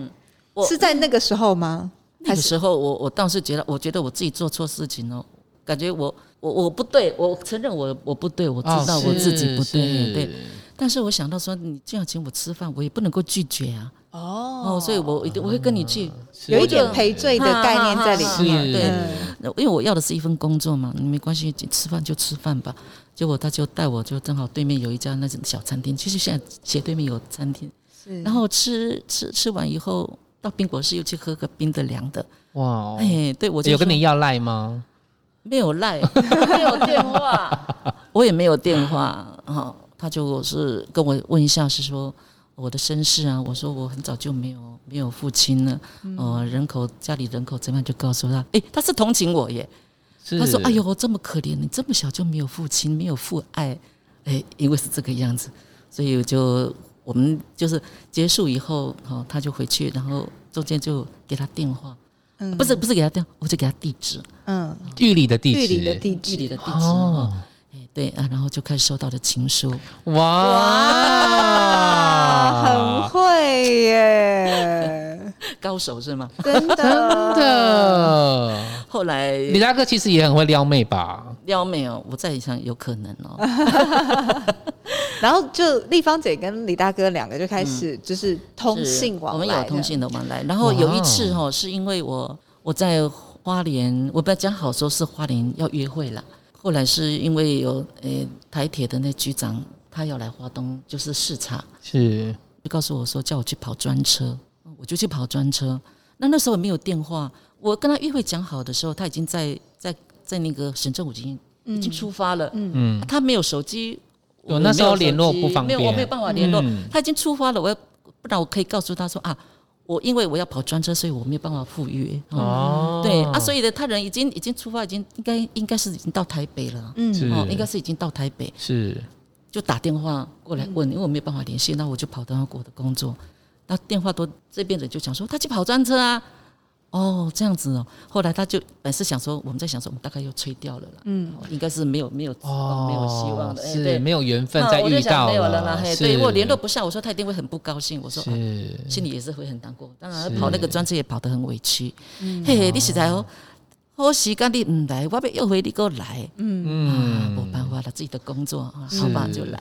Speaker 4: 我
Speaker 1: 是在那个时候吗？
Speaker 4: 那
Speaker 1: 还
Speaker 4: 个
Speaker 1: 是
Speaker 4: 时候我，我倒是觉得，我觉得我自己做错事情了，感觉我我我不对，我承认我我不对，我知道我自己不对，
Speaker 2: 哦是
Speaker 4: 对。但是我想到说，你这样请我吃饭，我也不能够拒绝啊，哦，所以我一定我会跟你去，
Speaker 2: 是
Speaker 1: 有一点赔罪的概念在里
Speaker 4: 是
Speaker 1: 面？
Speaker 4: 对
Speaker 1: 嗯
Speaker 4: 那因为我要的是一份工作嘛，没关系，吃饭就吃饭吧。结果他就带我，就正好对面有一家那种小餐厅，其实现在斜对面有餐厅，
Speaker 1: 是
Speaker 4: 然后吃吃吃完以后到冰果室又去喝个冰的凉的，
Speaker 2: 哇哦，
Speaker 4: 哎，对我就
Speaker 2: 有跟
Speaker 4: 说
Speaker 2: 你要赖吗？
Speaker 4: 没有赖，没有电话， (laughs) 我也没有电话。哈、他就是跟我问一下，是说我的身世啊。我说我很早就没有没有父亲了，呃，人口家里人口怎么样，就告诉他，哎诶，他是同情我耶。
Speaker 2: 是
Speaker 4: 他说：“哎呦，这么可怜，你这么小就没有父亲，没有父爱，哎，因为是这个样子，所以我就我们就是结束以后，哦，他就回去，然后中间就给他电话，
Speaker 1: 嗯
Speaker 4: 不是不是给他电话，我就给他地址，
Speaker 1: 嗯，
Speaker 2: 玉里的地
Speaker 1: 距
Speaker 2: 址，
Speaker 1: 离的地
Speaker 4: 具体
Speaker 1: 址，
Speaker 4: 的地址，哦
Speaker 2: 哦，
Speaker 4: 哎，对啊，然后就开始收到了情书，
Speaker 2: 哇，
Speaker 1: 啊很会耶，
Speaker 4: (laughs) 高手是吗？
Speaker 1: 真的真
Speaker 2: (laughs) 真。的。
Speaker 1: 嗯
Speaker 4: 后来
Speaker 2: 李大哥其实也很会撩妹吧？
Speaker 4: 撩妹哦，我在想有可能
Speaker 1: 啊
Speaker 4: 哦，
Speaker 1: 然后就丽芳姐跟李大哥两个就开
Speaker 2: 嗯
Speaker 1: 始就是通信往
Speaker 4: 我
Speaker 1: 来啊嗯
Speaker 4: 们
Speaker 1: 的，
Speaker 4: 有通信的往来。然后有一次哦，是因为我我在花莲，我本来讲好说是花莲要约会了，后来是因为有呃台铁的那局长他要来花东就是视察，
Speaker 2: 是
Speaker 4: 就告诉我说叫我去跑专车，我就去跑专车。那那时候也没有电话，我跟他约会讲好的时候，他已经在在在那个省政府已经已经出发了，嗯，他没有手机，
Speaker 2: 有
Speaker 4: 我
Speaker 2: 那时候
Speaker 4: 没有手机
Speaker 2: 联络不方便
Speaker 4: 没有我没有办法联络，
Speaker 2: 嗯
Speaker 4: 他已经出发了，我要不然我可以告诉他说啊，我因为我要跑专车，所以我没有办法赴约，哦，
Speaker 2: 哦，
Speaker 4: 对啊，所以呢，他人已经已经出发，已经应该应该是已经到台北了，
Speaker 1: 嗯
Speaker 2: 是
Speaker 4: 哦，应该是已经到台北，
Speaker 2: 是
Speaker 4: 就打电话过来问，因为我没有办法联系，那我就跑到我的工作，那电话都这边人就讲说他去跑专车啊，哦这样子哦，后来他就本是想说我们在想说我们大概又吹掉了啦，嗯，应该是没有没有指望、没有希望的，哎
Speaker 2: 哦是
Speaker 4: 对，
Speaker 2: 没有缘分
Speaker 4: 啊
Speaker 2: 再
Speaker 4: 我就
Speaker 2: 遇
Speaker 4: 想
Speaker 2: 到
Speaker 4: 没有了啦，
Speaker 2: 了，
Speaker 4: 嘿，
Speaker 2: 是
Speaker 4: 对我联络不上，我说他一定会很不高兴，我说啊
Speaker 2: 是
Speaker 4: 心里也是会很难过。当然
Speaker 2: 是，
Speaker 4: 跑那个专车也跑得很委屈。嘿嘿，你实在哦，好时间你唔来，我要约会你给我来。嗯，啊，没办法了，自己的工作啊，好吧
Speaker 2: 是
Speaker 4: 就来。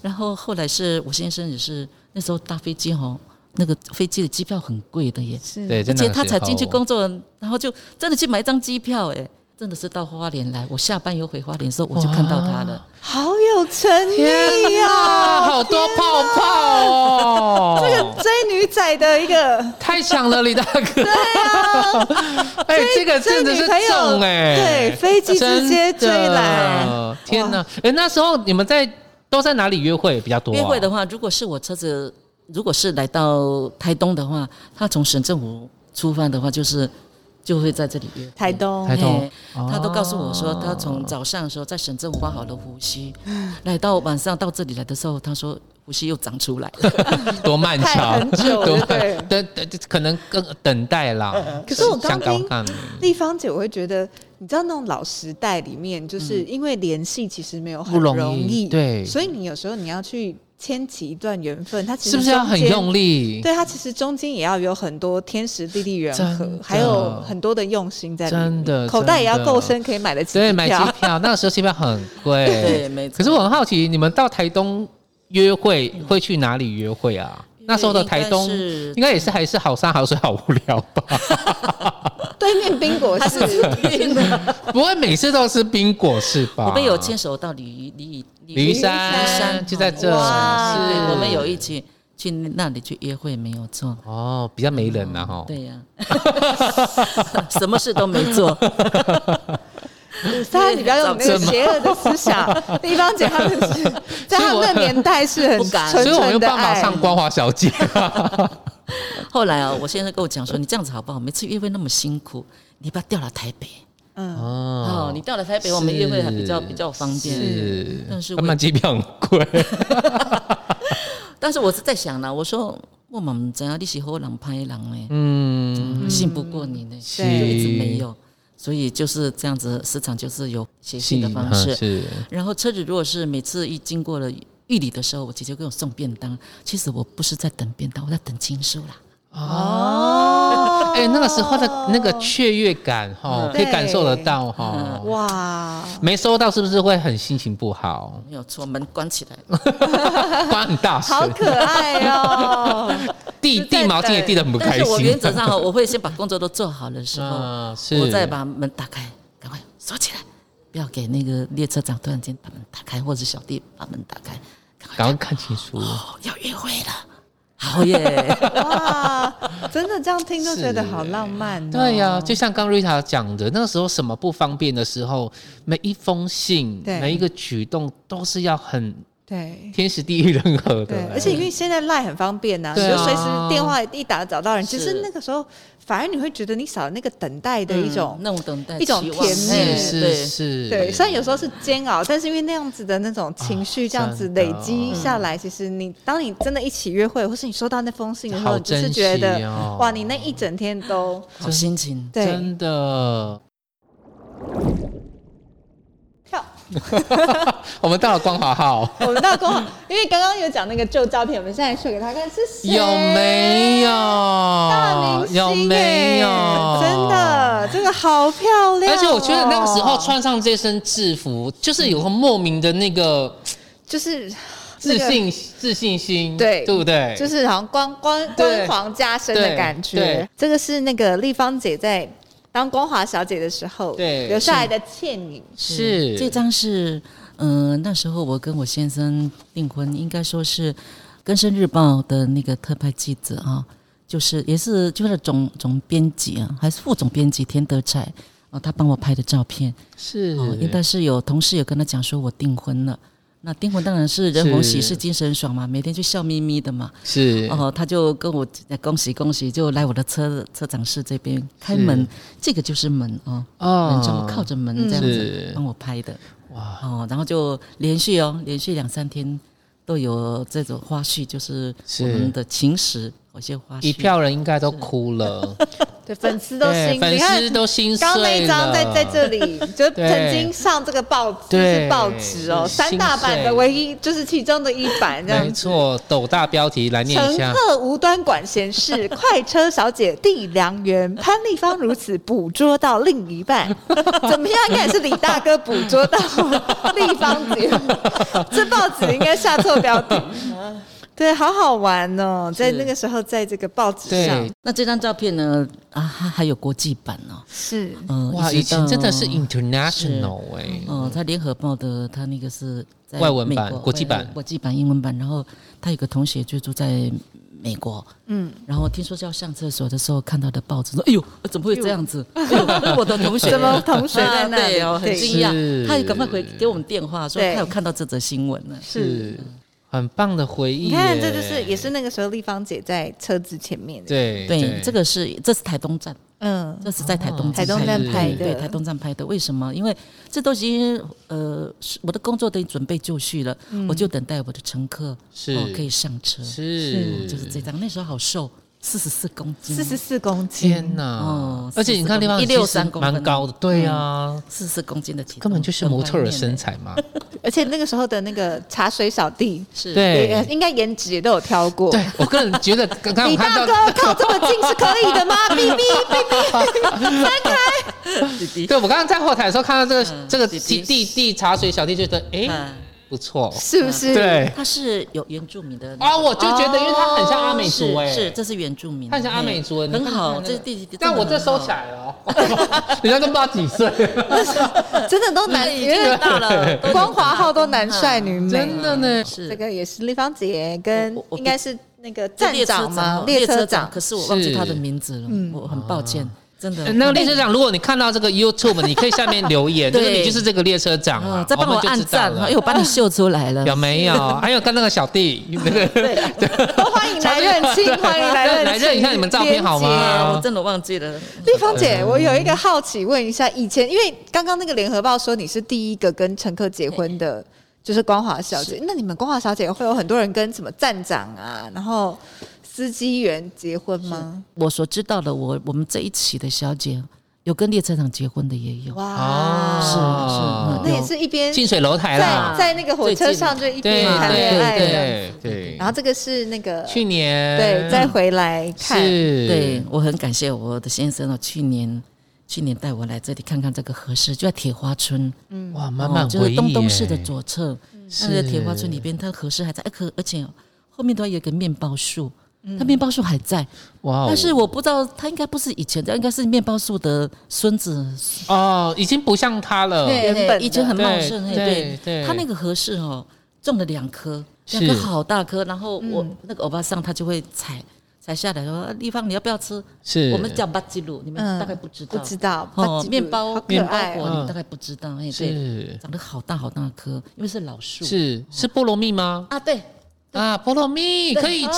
Speaker 4: 然后后来是我先生也是那时候搭飞机哦，那个飞机的机票很贵的耶，
Speaker 1: 是
Speaker 2: 对，
Speaker 4: 而
Speaker 2: 真的
Speaker 4: 且
Speaker 2: 很
Speaker 4: 他才
Speaker 2: 时
Speaker 4: 进去
Speaker 2: 候
Speaker 4: 工作，然后就真的去买一张机票，哎，真的是到花莲来。我下班又回花莲的时候，我就看到他了。
Speaker 1: 好有诚意
Speaker 2: 啊，
Speaker 1: 啊！
Speaker 2: 好多泡泡
Speaker 4: (laughs)
Speaker 2: 哦，
Speaker 1: 这个 (laughs) 追女仔的一个
Speaker 2: 太强了，李大哥。对啊， (laughs) 哎，这个真的是
Speaker 1: 追女朋友
Speaker 2: 重哎，
Speaker 1: 对飞机直接追来
Speaker 2: 真的。天哪，哎，那时候你们在都在哪里约会比较多啊？
Speaker 4: 约会的话，如果是我车子，如果是来到台东的话，他从省政府出发的话，就是就会在这里约。
Speaker 1: 台东
Speaker 2: 嗯台东
Speaker 4: 嘿，他都告诉我说，他从早上的时候在省政府挖好了胡须，
Speaker 2: 嗯
Speaker 4: 来到晚上到这里来的时候，他说胡须又长出来了。
Speaker 2: 多漫
Speaker 1: 太
Speaker 2: 长，
Speaker 1: 很久了
Speaker 2: 多
Speaker 1: 对嗯
Speaker 2: 漫，等等，可能更等待啦。
Speaker 1: 可是我刚
Speaker 2: 想搞
Speaker 1: 听
Speaker 2: 看
Speaker 1: 丽芳姐，我会觉得，你知道那种老时代里面，就是因为联系其实没有很
Speaker 2: 嗯不容易
Speaker 1: 易，
Speaker 2: 对
Speaker 1: 所以你有时候你要去牵起一段缘分，它其实
Speaker 2: 是不是要很
Speaker 1: 中间
Speaker 2: 用？力？
Speaker 1: 对，它其实中间也要有很多天时地利人和
Speaker 2: 真的，
Speaker 1: 还有很多的用心在里面，
Speaker 2: 真的
Speaker 1: 口袋也要
Speaker 2: 真的
Speaker 1: 够深，可以买得起
Speaker 2: 对，
Speaker 1: 机
Speaker 2: 买
Speaker 1: 票
Speaker 2: 机。
Speaker 1: (laughs)
Speaker 2: 票，那个时候机票很贵。
Speaker 4: 对没错
Speaker 2: 可是我很好奇，你们到台东约会会去哪里约会啊？ (laughs) 那时候的台东
Speaker 4: 应该是
Speaker 2: 应该也是还是好山好水好无聊吧？
Speaker 1: 对面冰果
Speaker 4: 他
Speaker 1: 是
Speaker 4: 是真的，
Speaker 2: (laughs) 不会每次都吃冰果是吧？
Speaker 4: 我们有牵手到鲤鱼鲤鱼
Speaker 2: 鲤鱼
Speaker 1: 鲤鱼
Speaker 2: 山，
Speaker 1: 山
Speaker 2: 就在这，
Speaker 1: 哇
Speaker 2: 是
Speaker 4: 对，我们有一起去那里去约会，没有错。
Speaker 2: 哦，比较没人呐哈。
Speaker 4: 对呀、 (laughs) 什么事都没做。
Speaker 1: 大家你不要用你那个
Speaker 2: 怎么
Speaker 1: 邪恶的思
Speaker 2: (laughs)
Speaker 1: 想，丽芳姐他们是在他们那个年代是很
Speaker 4: 不敢
Speaker 1: 纯
Speaker 2: 所以我没有
Speaker 1: 纯的
Speaker 2: 办法
Speaker 1: 爱，
Speaker 2: 上光华小姐，
Speaker 4: 后来啊，我先生跟我讲说，你这样子好不好？每次约会那么辛苦，你不要调来台北
Speaker 2: (laughs)
Speaker 1: 嗯，
Speaker 4: 哦
Speaker 2: 哦
Speaker 4: 你调来台北，我们约会还比较
Speaker 2: 是
Speaker 4: 比较方便。
Speaker 2: 是，
Speaker 4: 但是
Speaker 2: 他
Speaker 4: 我
Speaker 2: 们机票很
Speaker 4: (laughs)
Speaker 2: 贵，
Speaker 4: 但是我是在想呢，我说我们怎样利息和人拍人呢？
Speaker 2: 嗯，
Speaker 4: 信不过你呢，
Speaker 2: 是
Speaker 4: 就一直没有。所以就是这样子，市场就是有写信的方
Speaker 2: 嗯
Speaker 4: 式。
Speaker 2: 是
Speaker 4: 然后车子如果是每次一经过了玉里的时候，我姐姐给我送便当。其实我不是在等便当，我在等情书啦。
Speaker 1: 哦，
Speaker 2: 哎、那个时候的那个雀跃感
Speaker 4: 嗯
Speaker 2: 哈，可以
Speaker 1: 对
Speaker 2: 感受得到哈。
Speaker 1: 哇，
Speaker 2: 没收到是不是会很心情不
Speaker 4: (laughs)
Speaker 2: 好？
Speaker 4: 没有错，门关起来了。 (laughs)
Speaker 2: 刮很大
Speaker 1: 好
Speaker 2: 声，
Speaker 1: 可爱哦！
Speaker 2: 递
Speaker 1: 是在
Speaker 2: 递毛巾也递得很不
Speaker 4: 但
Speaker 2: 开
Speaker 4: 是我原
Speaker 2: 心。
Speaker 4: 则上哦我会先把工作都做好的时候，
Speaker 2: 嗯是
Speaker 4: 我再把门打开，赶快锁起来，不要给那个列车长突然间把门打开，或者小弟把门打开，赶快
Speaker 2: 赶快看清楚，
Speaker 4: 哦，要约会了，好哦耶！
Speaker 1: (laughs) 哇，真的这样听都觉得好浪漫、哦。
Speaker 2: 对呀、就像刚瑞塔讲的，那个时候什么不方便的时候，每一封信、
Speaker 1: 对
Speaker 2: 每一个举动都是要很
Speaker 1: 对。
Speaker 2: 天时地利人和的
Speaker 1: 对，。而且因为现在赖很方便呐、
Speaker 2: 对啊
Speaker 1: 你就随时电话一打找到人。
Speaker 4: 是
Speaker 1: 其实那个时候，反而你会觉得你少了那个等待的一种，
Speaker 4: 那种等待，
Speaker 1: 一种
Speaker 4: 期望
Speaker 1: 甜蜜
Speaker 4: 哎
Speaker 2: 是是
Speaker 4: 对
Speaker 2: 嗯是，
Speaker 1: 对。虽然有时候是煎熬，但是因为那样子的那种情绪，
Speaker 2: 啊
Speaker 1: 这样子
Speaker 2: 真的
Speaker 1: 累积下来，其实你当你真的一起约会，或是你收到那封信的时
Speaker 2: 好
Speaker 1: 候，你就是
Speaker 2: 珍惜
Speaker 1: 觉得、
Speaker 2: 哦
Speaker 1: 哇，你那一整天都
Speaker 4: 好心情。
Speaker 1: 对
Speaker 2: 真的
Speaker 1: 跳。
Speaker 2: 我们到了光华号，
Speaker 1: 我们到公， (laughs) 因为刚刚有讲那个旧照片，我们现在秀给他看是谁？
Speaker 2: 有没有？
Speaker 1: 大明星耶
Speaker 2: 有没有？
Speaker 1: 真。的，这个好漂亮哦、
Speaker 2: 而且我觉得那个时候穿上这身制服，就是有个莫名的那个
Speaker 1: 就是
Speaker 2: 自
Speaker 1: 那个
Speaker 2: 信、自信心，
Speaker 1: 对
Speaker 2: 对不对？
Speaker 1: 就是好像光光
Speaker 2: 对
Speaker 1: 光皇加身的
Speaker 2: 对
Speaker 1: 感觉
Speaker 2: 对。
Speaker 1: 这个是那个丽芳姐在当光华小姐的时候
Speaker 2: 对
Speaker 1: 留下来的倩影。
Speaker 2: 是
Speaker 4: 这张是，嗯，那时候我跟我先生订婚，应该说是《根生日报》的那个特派记者啊，就是也是就是总总编辑啊，还是副总编辑田德才哦，他帮我拍的照片
Speaker 2: 是
Speaker 4: 哦，但是有同事有跟他讲说我订婚了。那订婚当然是人逢喜事精神爽嘛，每天就笑眯眯的嘛。
Speaker 2: 是
Speaker 4: 哦，他就跟我讲恭喜恭喜，就来我的车车长室这边开门，这个就是门哦，门窗靠着门这样子
Speaker 2: 是
Speaker 4: 帮我拍的。哇哦，然后就连续哦，连续两三天都有这种花絮，就是
Speaker 2: 是
Speaker 4: 我们的情史，有些花絮。
Speaker 2: 一票人应该都哭了，
Speaker 1: 对，粉丝 (laughs) 都
Speaker 2: 对
Speaker 1: 心，
Speaker 2: 粉
Speaker 1: 你看
Speaker 2: 丝都心碎
Speaker 1: 刚
Speaker 2: 了。
Speaker 1: 刚那一张在在这
Speaker 2: (laughs)
Speaker 1: 里，就
Speaker 2: 对
Speaker 1: 曾经上这个报纸
Speaker 2: 对
Speaker 1: 是报纸哦，
Speaker 2: 是
Speaker 1: 三大版
Speaker 2: 心碎
Speaker 1: 的唯一就是其中的一版这样
Speaker 2: 没
Speaker 1: 子。
Speaker 2: 错，斗大标题来念一
Speaker 1: 乘
Speaker 2: 下。
Speaker 1: 客无端管闲
Speaker 2: (laughs)
Speaker 1: 事，快车小姐地良缘，潘丽芳如此捕捉到另一半，
Speaker 2: (laughs)
Speaker 1: 怎么样？应该也是李大哥捕捉到 (laughs) 丽芳姐，这报纸应该下错标
Speaker 2: (laughs)
Speaker 1: 题。对，好好玩哦，在那个时候，在这个报纸上
Speaker 2: 对，
Speaker 4: 那这张照片呢？啊，它还有国际版哦。
Speaker 1: 是
Speaker 4: 嗯、
Speaker 2: 哇，
Speaker 4: 一直
Speaker 2: 以前真的是
Speaker 4: 到
Speaker 2: international 哎、
Speaker 4: 哦，他联合报的他那个是在
Speaker 2: 外文
Speaker 4: 美
Speaker 2: 版
Speaker 4: 国
Speaker 2: 国际
Speaker 4: 外
Speaker 2: 版
Speaker 4: 国际版英文版。然后他有个同学就住在美国，
Speaker 1: 嗯
Speaker 4: 嗯，然后听说要上厕所的时候看到的报纸，说：“哎呦，怎么会这样子？哎呦我的同
Speaker 1: (laughs)
Speaker 4: 学
Speaker 1: 怎么同学在那里
Speaker 4: (laughs) 啊对哦，很
Speaker 1: 对
Speaker 4: 惊
Speaker 2: 是
Speaker 4: 讶。”他也赶快回给我们电话说
Speaker 1: 对
Speaker 4: 他有看到这则新闻呢。
Speaker 2: 是很棒的回忆耶。
Speaker 1: 你看，这就是也是那个时候丽芳姐在车子前面的，
Speaker 2: 对
Speaker 4: 对，这个是这是台东站，
Speaker 1: 嗯，
Speaker 4: 这是在台东站
Speaker 1: 台东
Speaker 4: 拍的
Speaker 1: 站拍
Speaker 4: 对，
Speaker 1: 的，
Speaker 4: 台东站拍的。为什么？因为这都已经呃，是我的工作都已经准备就绪了，
Speaker 1: 嗯
Speaker 4: 我就等待我的乘客
Speaker 2: 是
Speaker 4: 哦可以上车。
Speaker 2: 是
Speaker 4: 就是这张，那时候好瘦，四十四公斤，
Speaker 1: 四十四公斤，
Speaker 2: 天哪！
Speaker 1: 嗯
Speaker 4: 哦
Speaker 2: 而且你看地方其实
Speaker 4: 163公分
Speaker 2: 蛮高的，对啊，
Speaker 4: 四十公斤的体重，
Speaker 2: 根本就是模特儿身
Speaker 4: 材。
Speaker 2: 材嘛。
Speaker 1: 而且那个时候的那个茶水小弟，
Speaker 4: 是，
Speaker 1: 也
Speaker 2: 对
Speaker 1: 应该颜值也都有挑过。
Speaker 2: 对，我个人觉得刚刚
Speaker 1: 李
Speaker 2: 我
Speaker 1: 大哥
Speaker 2: 看到，
Speaker 1: 靠这么近是可以
Speaker 2: (laughs)
Speaker 1: 的吗？哔哔哔哔，
Speaker 4: 弟弟，
Speaker 2: 对我刚刚在后台的时候看到这个
Speaker 4: 嗯
Speaker 2: 这个
Speaker 4: 弟
Speaker 2: 地地
Speaker 4: 弟
Speaker 2: 地茶水小弟，觉得哎
Speaker 4: 嗯，
Speaker 2: 不错，
Speaker 1: 是不是？
Speaker 2: 对
Speaker 4: 他是有原住民的，哦
Speaker 2: 啊，我就觉得因为他很像阿美
Speaker 4: 是
Speaker 2: 族哎，
Speaker 4: 是，这是原住民的，
Speaker 2: 看起来阿美族的，你
Speaker 4: 很
Speaker 2: 看
Speaker 4: 好，
Speaker 2: 看那
Speaker 4: 这
Speaker 2: 个
Speaker 4: 弟弟，
Speaker 2: 但我这收起
Speaker 4: (laughs)
Speaker 2: 来了哦，人家都不知道几岁，
Speaker 1: 真的都
Speaker 2: (laughs)
Speaker 1: 男，
Speaker 4: 已经很大了，嗯都
Speaker 1: 光华号都男帅女美。
Speaker 2: 真的呢。
Speaker 4: 嗯是
Speaker 1: 这个也是丽芳姐跟
Speaker 4: 我我我
Speaker 1: 应该是那个站长吗？
Speaker 4: 列
Speaker 1: 车
Speaker 4: 车
Speaker 1: 长嗯
Speaker 4: 长，可是我忘记他的名字了，我很抱歉，真的。
Speaker 2: 哦呃那个列车长，如果你看到这个 YouTube，你可以下面留
Speaker 4: (laughs)
Speaker 2: 言，就
Speaker 4: 对
Speaker 2: 是你就是这个列车长
Speaker 4: 哦
Speaker 2: 啊，
Speaker 4: 再帮我
Speaker 2: 们就
Speaker 4: 按
Speaker 2: 知道
Speaker 4: 赞，
Speaker 2: 了
Speaker 4: 哎，我把你秀出来了。
Speaker 2: 有没
Speaker 4: (laughs)
Speaker 2: 有？还有跟那个小弟，那个 (laughs)
Speaker 1: 都欢迎来认亲，欢迎来认亲。
Speaker 2: 来认一下你们照片好吗
Speaker 1: 连结
Speaker 4: 啊，我真的忘记了。
Speaker 1: 丽芳姐，
Speaker 4: 嗯
Speaker 1: 我有一个好奇，问一下，以前因为刚刚那个联合报说你是第一个跟乘客结婚的，就是光华小姐，那你们光华小姐会有很多人跟什么站长啊，然后司机员结婚吗？
Speaker 4: 我所知道的，我我们这一起的小姐有跟列车长结婚的也有，
Speaker 1: 哇，
Speaker 2: 哦，
Speaker 1: 那
Speaker 4: 啊是是
Speaker 1: 也是一边
Speaker 2: 近水楼台
Speaker 1: 在
Speaker 2: 啦，
Speaker 1: 在那个火车上就一
Speaker 2: 对
Speaker 1: 边谈恋爱
Speaker 4: 对
Speaker 1: 的，
Speaker 2: 对对
Speaker 1: 然后这个是那个
Speaker 2: 去年
Speaker 1: 对，再回来看，
Speaker 2: 是，
Speaker 4: 对我很感谢我的先生哦，去年去年带我来这里看看这个合适，就在铁花村，
Speaker 2: 哇，满满
Speaker 4: 哦就
Speaker 2: 回
Speaker 4: 是
Speaker 2: 忆，
Speaker 4: 东东市的，左侧，
Speaker 2: 是
Speaker 4: 那个铁花村里边，它合适还在，哎可而且后面都还有一个面包树。它面包树还在，
Speaker 2: 哇哦，
Speaker 4: 但是我不知道，它应该不是以前的，应该是面包树的孙子。
Speaker 2: 哦，已经不像他了，
Speaker 1: 对原本的
Speaker 4: 以前很茂盛，
Speaker 2: 对对
Speaker 4: 哎对，
Speaker 2: 对
Speaker 4: 它那个合适哦，种了两棵，
Speaker 2: 是
Speaker 4: 两棵好大棵，然后我那个欧巴桑他就会采采下来说，立芳你要不要吃？
Speaker 2: 是
Speaker 4: 我们叫巴吉鲁，你们大概不知道，
Speaker 1: 嗯不知道
Speaker 4: 哦，
Speaker 1: 八
Speaker 4: 面包
Speaker 1: 好可
Speaker 4: 面包
Speaker 1: 爱哦
Speaker 4: 果
Speaker 2: 哦
Speaker 4: 你大概不知道，哎，对，
Speaker 2: 是
Speaker 4: 长得好大好大棵，因为是老树
Speaker 2: 是是菠萝蜜吗？
Speaker 4: 啊，嗯对，哦
Speaker 2: 啊，菠萝蜜可以吃，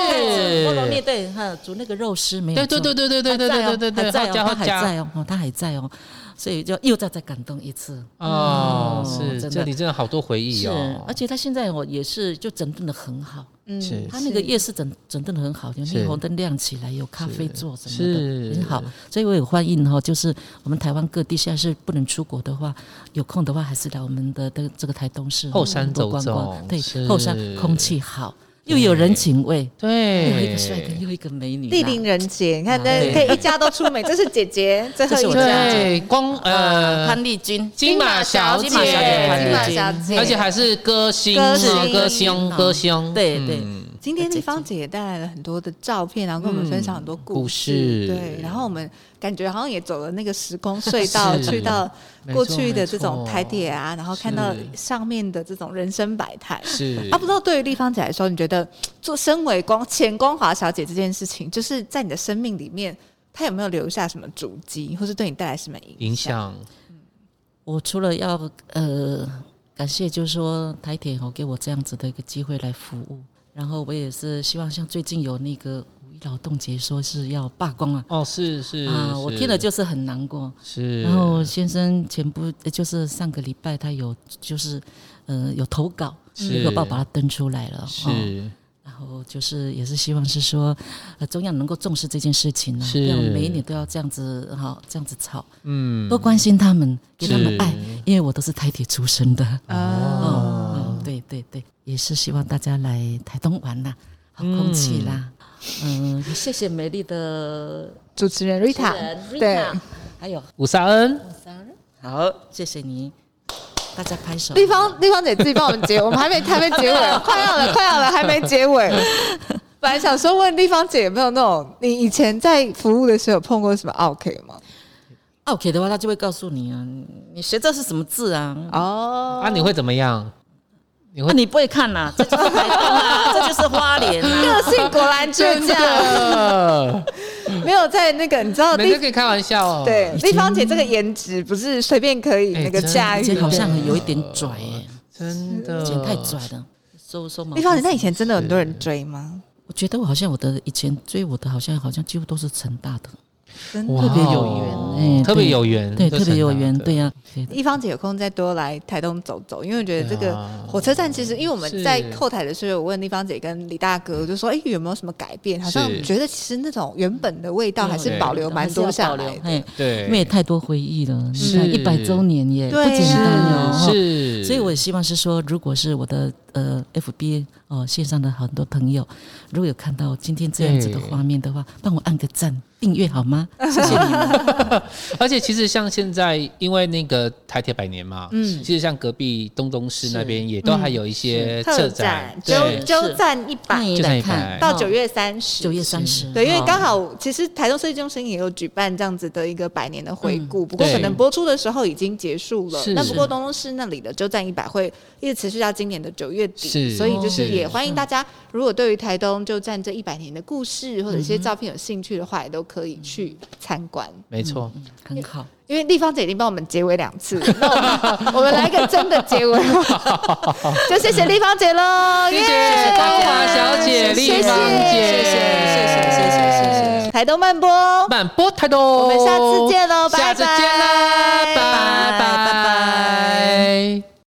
Speaker 4: 菠萝蜜对，哈，煮那个肉丝没有
Speaker 2: 对
Speaker 4: 错？
Speaker 2: 对对对对对
Speaker 4: 还
Speaker 2: 对
Speaker 4: 在哦
Speaker 2: 对对对，
Speaker 4: 还在哦，
Speaker 2: 加
Speaker 4: 他
Speaker 2: 好
Speaker 4: 还
Speaker 2: 加
Speaker 4: 在哦，哦，他还在哦，所以就又再再感动一次。
Speaker 2: 哦，
Speaker 4: 嗯
Speaker 2: 是
Speaker 4: 真的
Speaker 2: 这里真的好多回忆
Speaker 4: 是
Speaker 2: 哦，
Speaker 4: 而且他现在我也是就整顿的很好，
Speaker 1: 嗯
Speaker 2: 是
Speaker 4: 他那个夜市整整顿的很好，有
Speaker 2: 是
Speaker 4: 霓虹灯亮起来，有咖啡座什么
Speaker 2: 是
Speaker 4: 的，很好。所以我也欢迎哈，就是我们台湾各地现在是不能出国的话，有空的话还是来我们的的这个台东市
Speaker 2: 后山
Speaker 4: 多
Speaker 2: 走
Speaker 4: 观
Speaker 2: 走
Speaker 4: 光。对
Speaker 2: 是，
Speaker 4: 后山空气好，又有人情味，哎又有一
Speaker 2: 对，
Speaker 4: 个帅哥，又有一个美女啦，
Speaker 1: 地灵人杰，你看，那
Speaker 4: 对
Speaker 1: 可以一家都出门。这是姐姐，最后
Speaker 4: 这是
Speaker 1: 一
Speaker 4: 我
Speaker 1: 家
Speaker 4: 家。
Speaker 2: 对，光
Speaker 4: 嗯
Speaker 5: 呃，
Speaker 2: 呃
Speaker 5: 潘，丽君，
Speaker 2: 金马小
Speaker 5: 金
Speaker 2: 姐
Speaker 5: 马小姐，金马小姐，
Speaker 2: 而且还是歌星
Speaker 1: 歌星
Speaker 2: 哦歌星，
Speaker 4: 嗯
Speaker 2: 歌星，
Speaker 4: 对对
Speaker 2: 嗯
Speaker 1: 今天丽芳姐也带来了很多的照片，然后跟我们分享很多故
Speaker 2: 嗯故
Speaker 1: 事。
Speaker 2: 事
Speaker 1: 对，然后我们感觉好像也走了那个时空隧道，
Speaker 2: 是
Speaker 1: 去到
Speaker 2: 没
Speaker 1: 过
Speaker 2: 错
Speaker 1: 去的
Speaker 2: 没
Speaker 1: 这种
Speaker 2: 错
Speaker 1: 台铁啊，然后看到上面的这种人生百态。
Speaker 2: 是
Speaker 1: 啊，不知道对于丽芳姐来说，你觉得做身为光前光华小姐这件事情，就是在你的生命里面，她有没有留下什么足迹，或是对你带来什么
Speaker 2: 影
Speaker 1: 影？
Speaker 2: 响，
Speaker 4: 我除了要呃感谢，就是说台铁哦给我这样子的一个机会来服务，然后我也是希望像最近有那个五一劳动节说是要罢工啊。
Speaker 2: 哦，是是
Speaker 4: 啊，我
Speaker 2: 是
Speaker 4: 听了就是哦很难过。
Speaker 2: 是，
Speaker 4: 然后先生前不呃就是上个礼拜他有就是呃有投稿，
Speaker 2: 是
Speaker 4: 结果爸把它登出来了。哦
Speaker 2: 是
Speaker 4: 然后就是也是希望是说，呃，中央能够重视这件事情呢、啊
Speaker 2: 是
Speaker 4: 不要每一年都要这样子哈、这样子吵，
Speaker 2: 嗯，
Speaker 4: 多关心他们，给他们
Speaker 2: 是
Speaker 4: 爱，因为我都是台铁出身的。
Speaker 1: 哦，
Speaker 4: 哦，嗯对对对，也是希望大家来台东玩啦，好空气啦。嗯，谢谢美丽的
Speaker 1: 主持人 Rita，对，
Speaker 4: 还有
Speaker 2: 五三恩，
Speaker 4: 好，谢谢你，大家拍手。
Speaker 1: 丽芳，丽芳姐自己帮我们 (laughs) 结，我们还没还没结尾，快要了，快要了，还没结 (laughs) 尾。本来想说问丽芳姐有没有那种，你以前在服务的时候有碰过什么 OK 吗？
Speaker 4: 啊 OK 的话，他就会告诉你啊，你学这是什么字啊？
Speaker 1: 哦，
Speaker 2: 啊，你会怎么样？你会
Speaker 4: 啊，你不会看呐、这就是台东啊，这就是花莲啊。
Speaker 1: (laughs) 个性果然倔强，
Speaker 2: 的，
Speaker 1: (laughs) 没有在那个，你知道
Speaker 2: 每
Speaker 1: 丽
Speaker 2: 个可以开玩笑
Speaker 1: 哦
Speaker 2: 哦。
Speaker 1: 对，
Speaker 4: 经
Speaker 1: 丽芳姐这个颜值不是随便可以
Speaker 2: 哎，
Speaker 1: 那个
Speaker 2: 真
Speaker 1: 驾
Speaker 4: 以
Speaker 1: 驭
Speaker 4: 前
Speaker 1: 的。
Speaker 4: 好像有一点拽耶、
Speaker 2: 嗯真的，
Speaker 4: 以前太拽了，收收毛。
Speaker 1: 丽芳姐，那以前真的有很多人追吗？
Speaker 4: 我觉得我好像我的以前追我的好像好像几乎都是成大的，
Speaker 1: 真
Speaker 2: 哇哦
Speaker 1: 的。
Speaker 4: 特别有缘哎
Speaker 2: 特别有缘，
Speaker 4: 对，
Speaker 2: 嗯都
Speaker 4: 特别有缘，
Speaker 2: 成
Speaker 4: 对啊呀、对
Speaker 1: 丽芳姐有空再多来台东走走，因为我觉得这
Speaker 2: 对
Speaker 1: 个
Speaker 2: 啊
Speaker 1: 火车站其实，因为我们在
Speaker 2: 是嗯
Speaker 1: 后台的时候，我问丽芳姐跟李大哥，我就说，哎、有没有什么改变？好像
Speaker 2: 是
Speaker 1: 觉得其实那种原本的味道还是
Speaker 2: 对
Speaker 1: 保留蛮多下来的。
Speaker 4: 哎，
Speaker 2: 的对，
Speaker 4: 因为也太多回忆了，
Speaker 2: 是
Speaker 4: 一百周年耶，不
Speaker 1: 对啊
Speaker 4: 简单哦。哈
Speaker 2: 是，
Speaker 4: 所以我也希望是说，如果是我的呃 FB 哦、线上的很多朋友，如果有看到今天这样子的
Speaker 2: 对
Speaker 4: 画面的话，帮我按个赞，订阅好吗？谢谢你们。
Speaker 2: 而且其实像现在，因为那个台铁百年嘛，嗯，其实像隔壁东东市那边也都还有一些
Speaker 1: 嗯
Speaker 2: 策
Speaker 1: 特
Speaker 2: 展
Speaker 1: 展，
Speaker 2: 对
Speaker 1: 鸠
Speaker 4: 是
Speaker 1: 鸠占一
Speaker 4: 欢
Speaker 1: 百
Speaker 4: 迎
Speaker 2: 就在
Speaker 4: 来
Speaker 2: 一
Speaker 4: 看哦
Speaker 2: 百
Speaker 1: 到九月三十，
Speaker 4: 九月三十，哦
Speaker 1: 对，因为
Speaker 4: 好
Speaker 1: 刚好其实台中设计中心也有举办这样子的一个百年的回顾，不过
Speaker 2: 嗯对
Speaker 1: 可能播出的时候已经结束了
Speaker 2: 是。
Speaker 1: 那不过东东市那里的鸠占一百会一直持续到今年的九月
Speaker 2: 是
Speaker 1: 底，所以就是
Speaker 2: 是
Speaker 1: 也欢迎大家，如果对于台东鸠占这一百年的故事或者一
Speaker 2: 嗯
Speaker 1: 些照片有兴趣的话，也都可以去参观。
Speaker 2: 没错，
Speaker 4: 嗯很好，
Speaker 1: 因为丽芳姐已经帮我们结尾两次了，那我们 (laughs) 我们来一个真的结尾，就谢谢丽芳姐喽，
Speaker 2: 谢
Speaker 1: 耶
Speaker 2: 谢光华小姐、
Speaker 1: 谢谢
Speaker 2: 丽芳姐，
Speaker 1: 谢谢
Speaker 4: 谢谢谢谢谢谢。
Speaker 1: 台东慢播。
Speaker 2: 满波台东，
Speaker 1: 我们下次见喽拜拜
Speaker 2: 下次见啦，拜
Speaker 1: 拜
Speaker 2: 拜
Speaker 1: 拜
Speaker 2: 拜。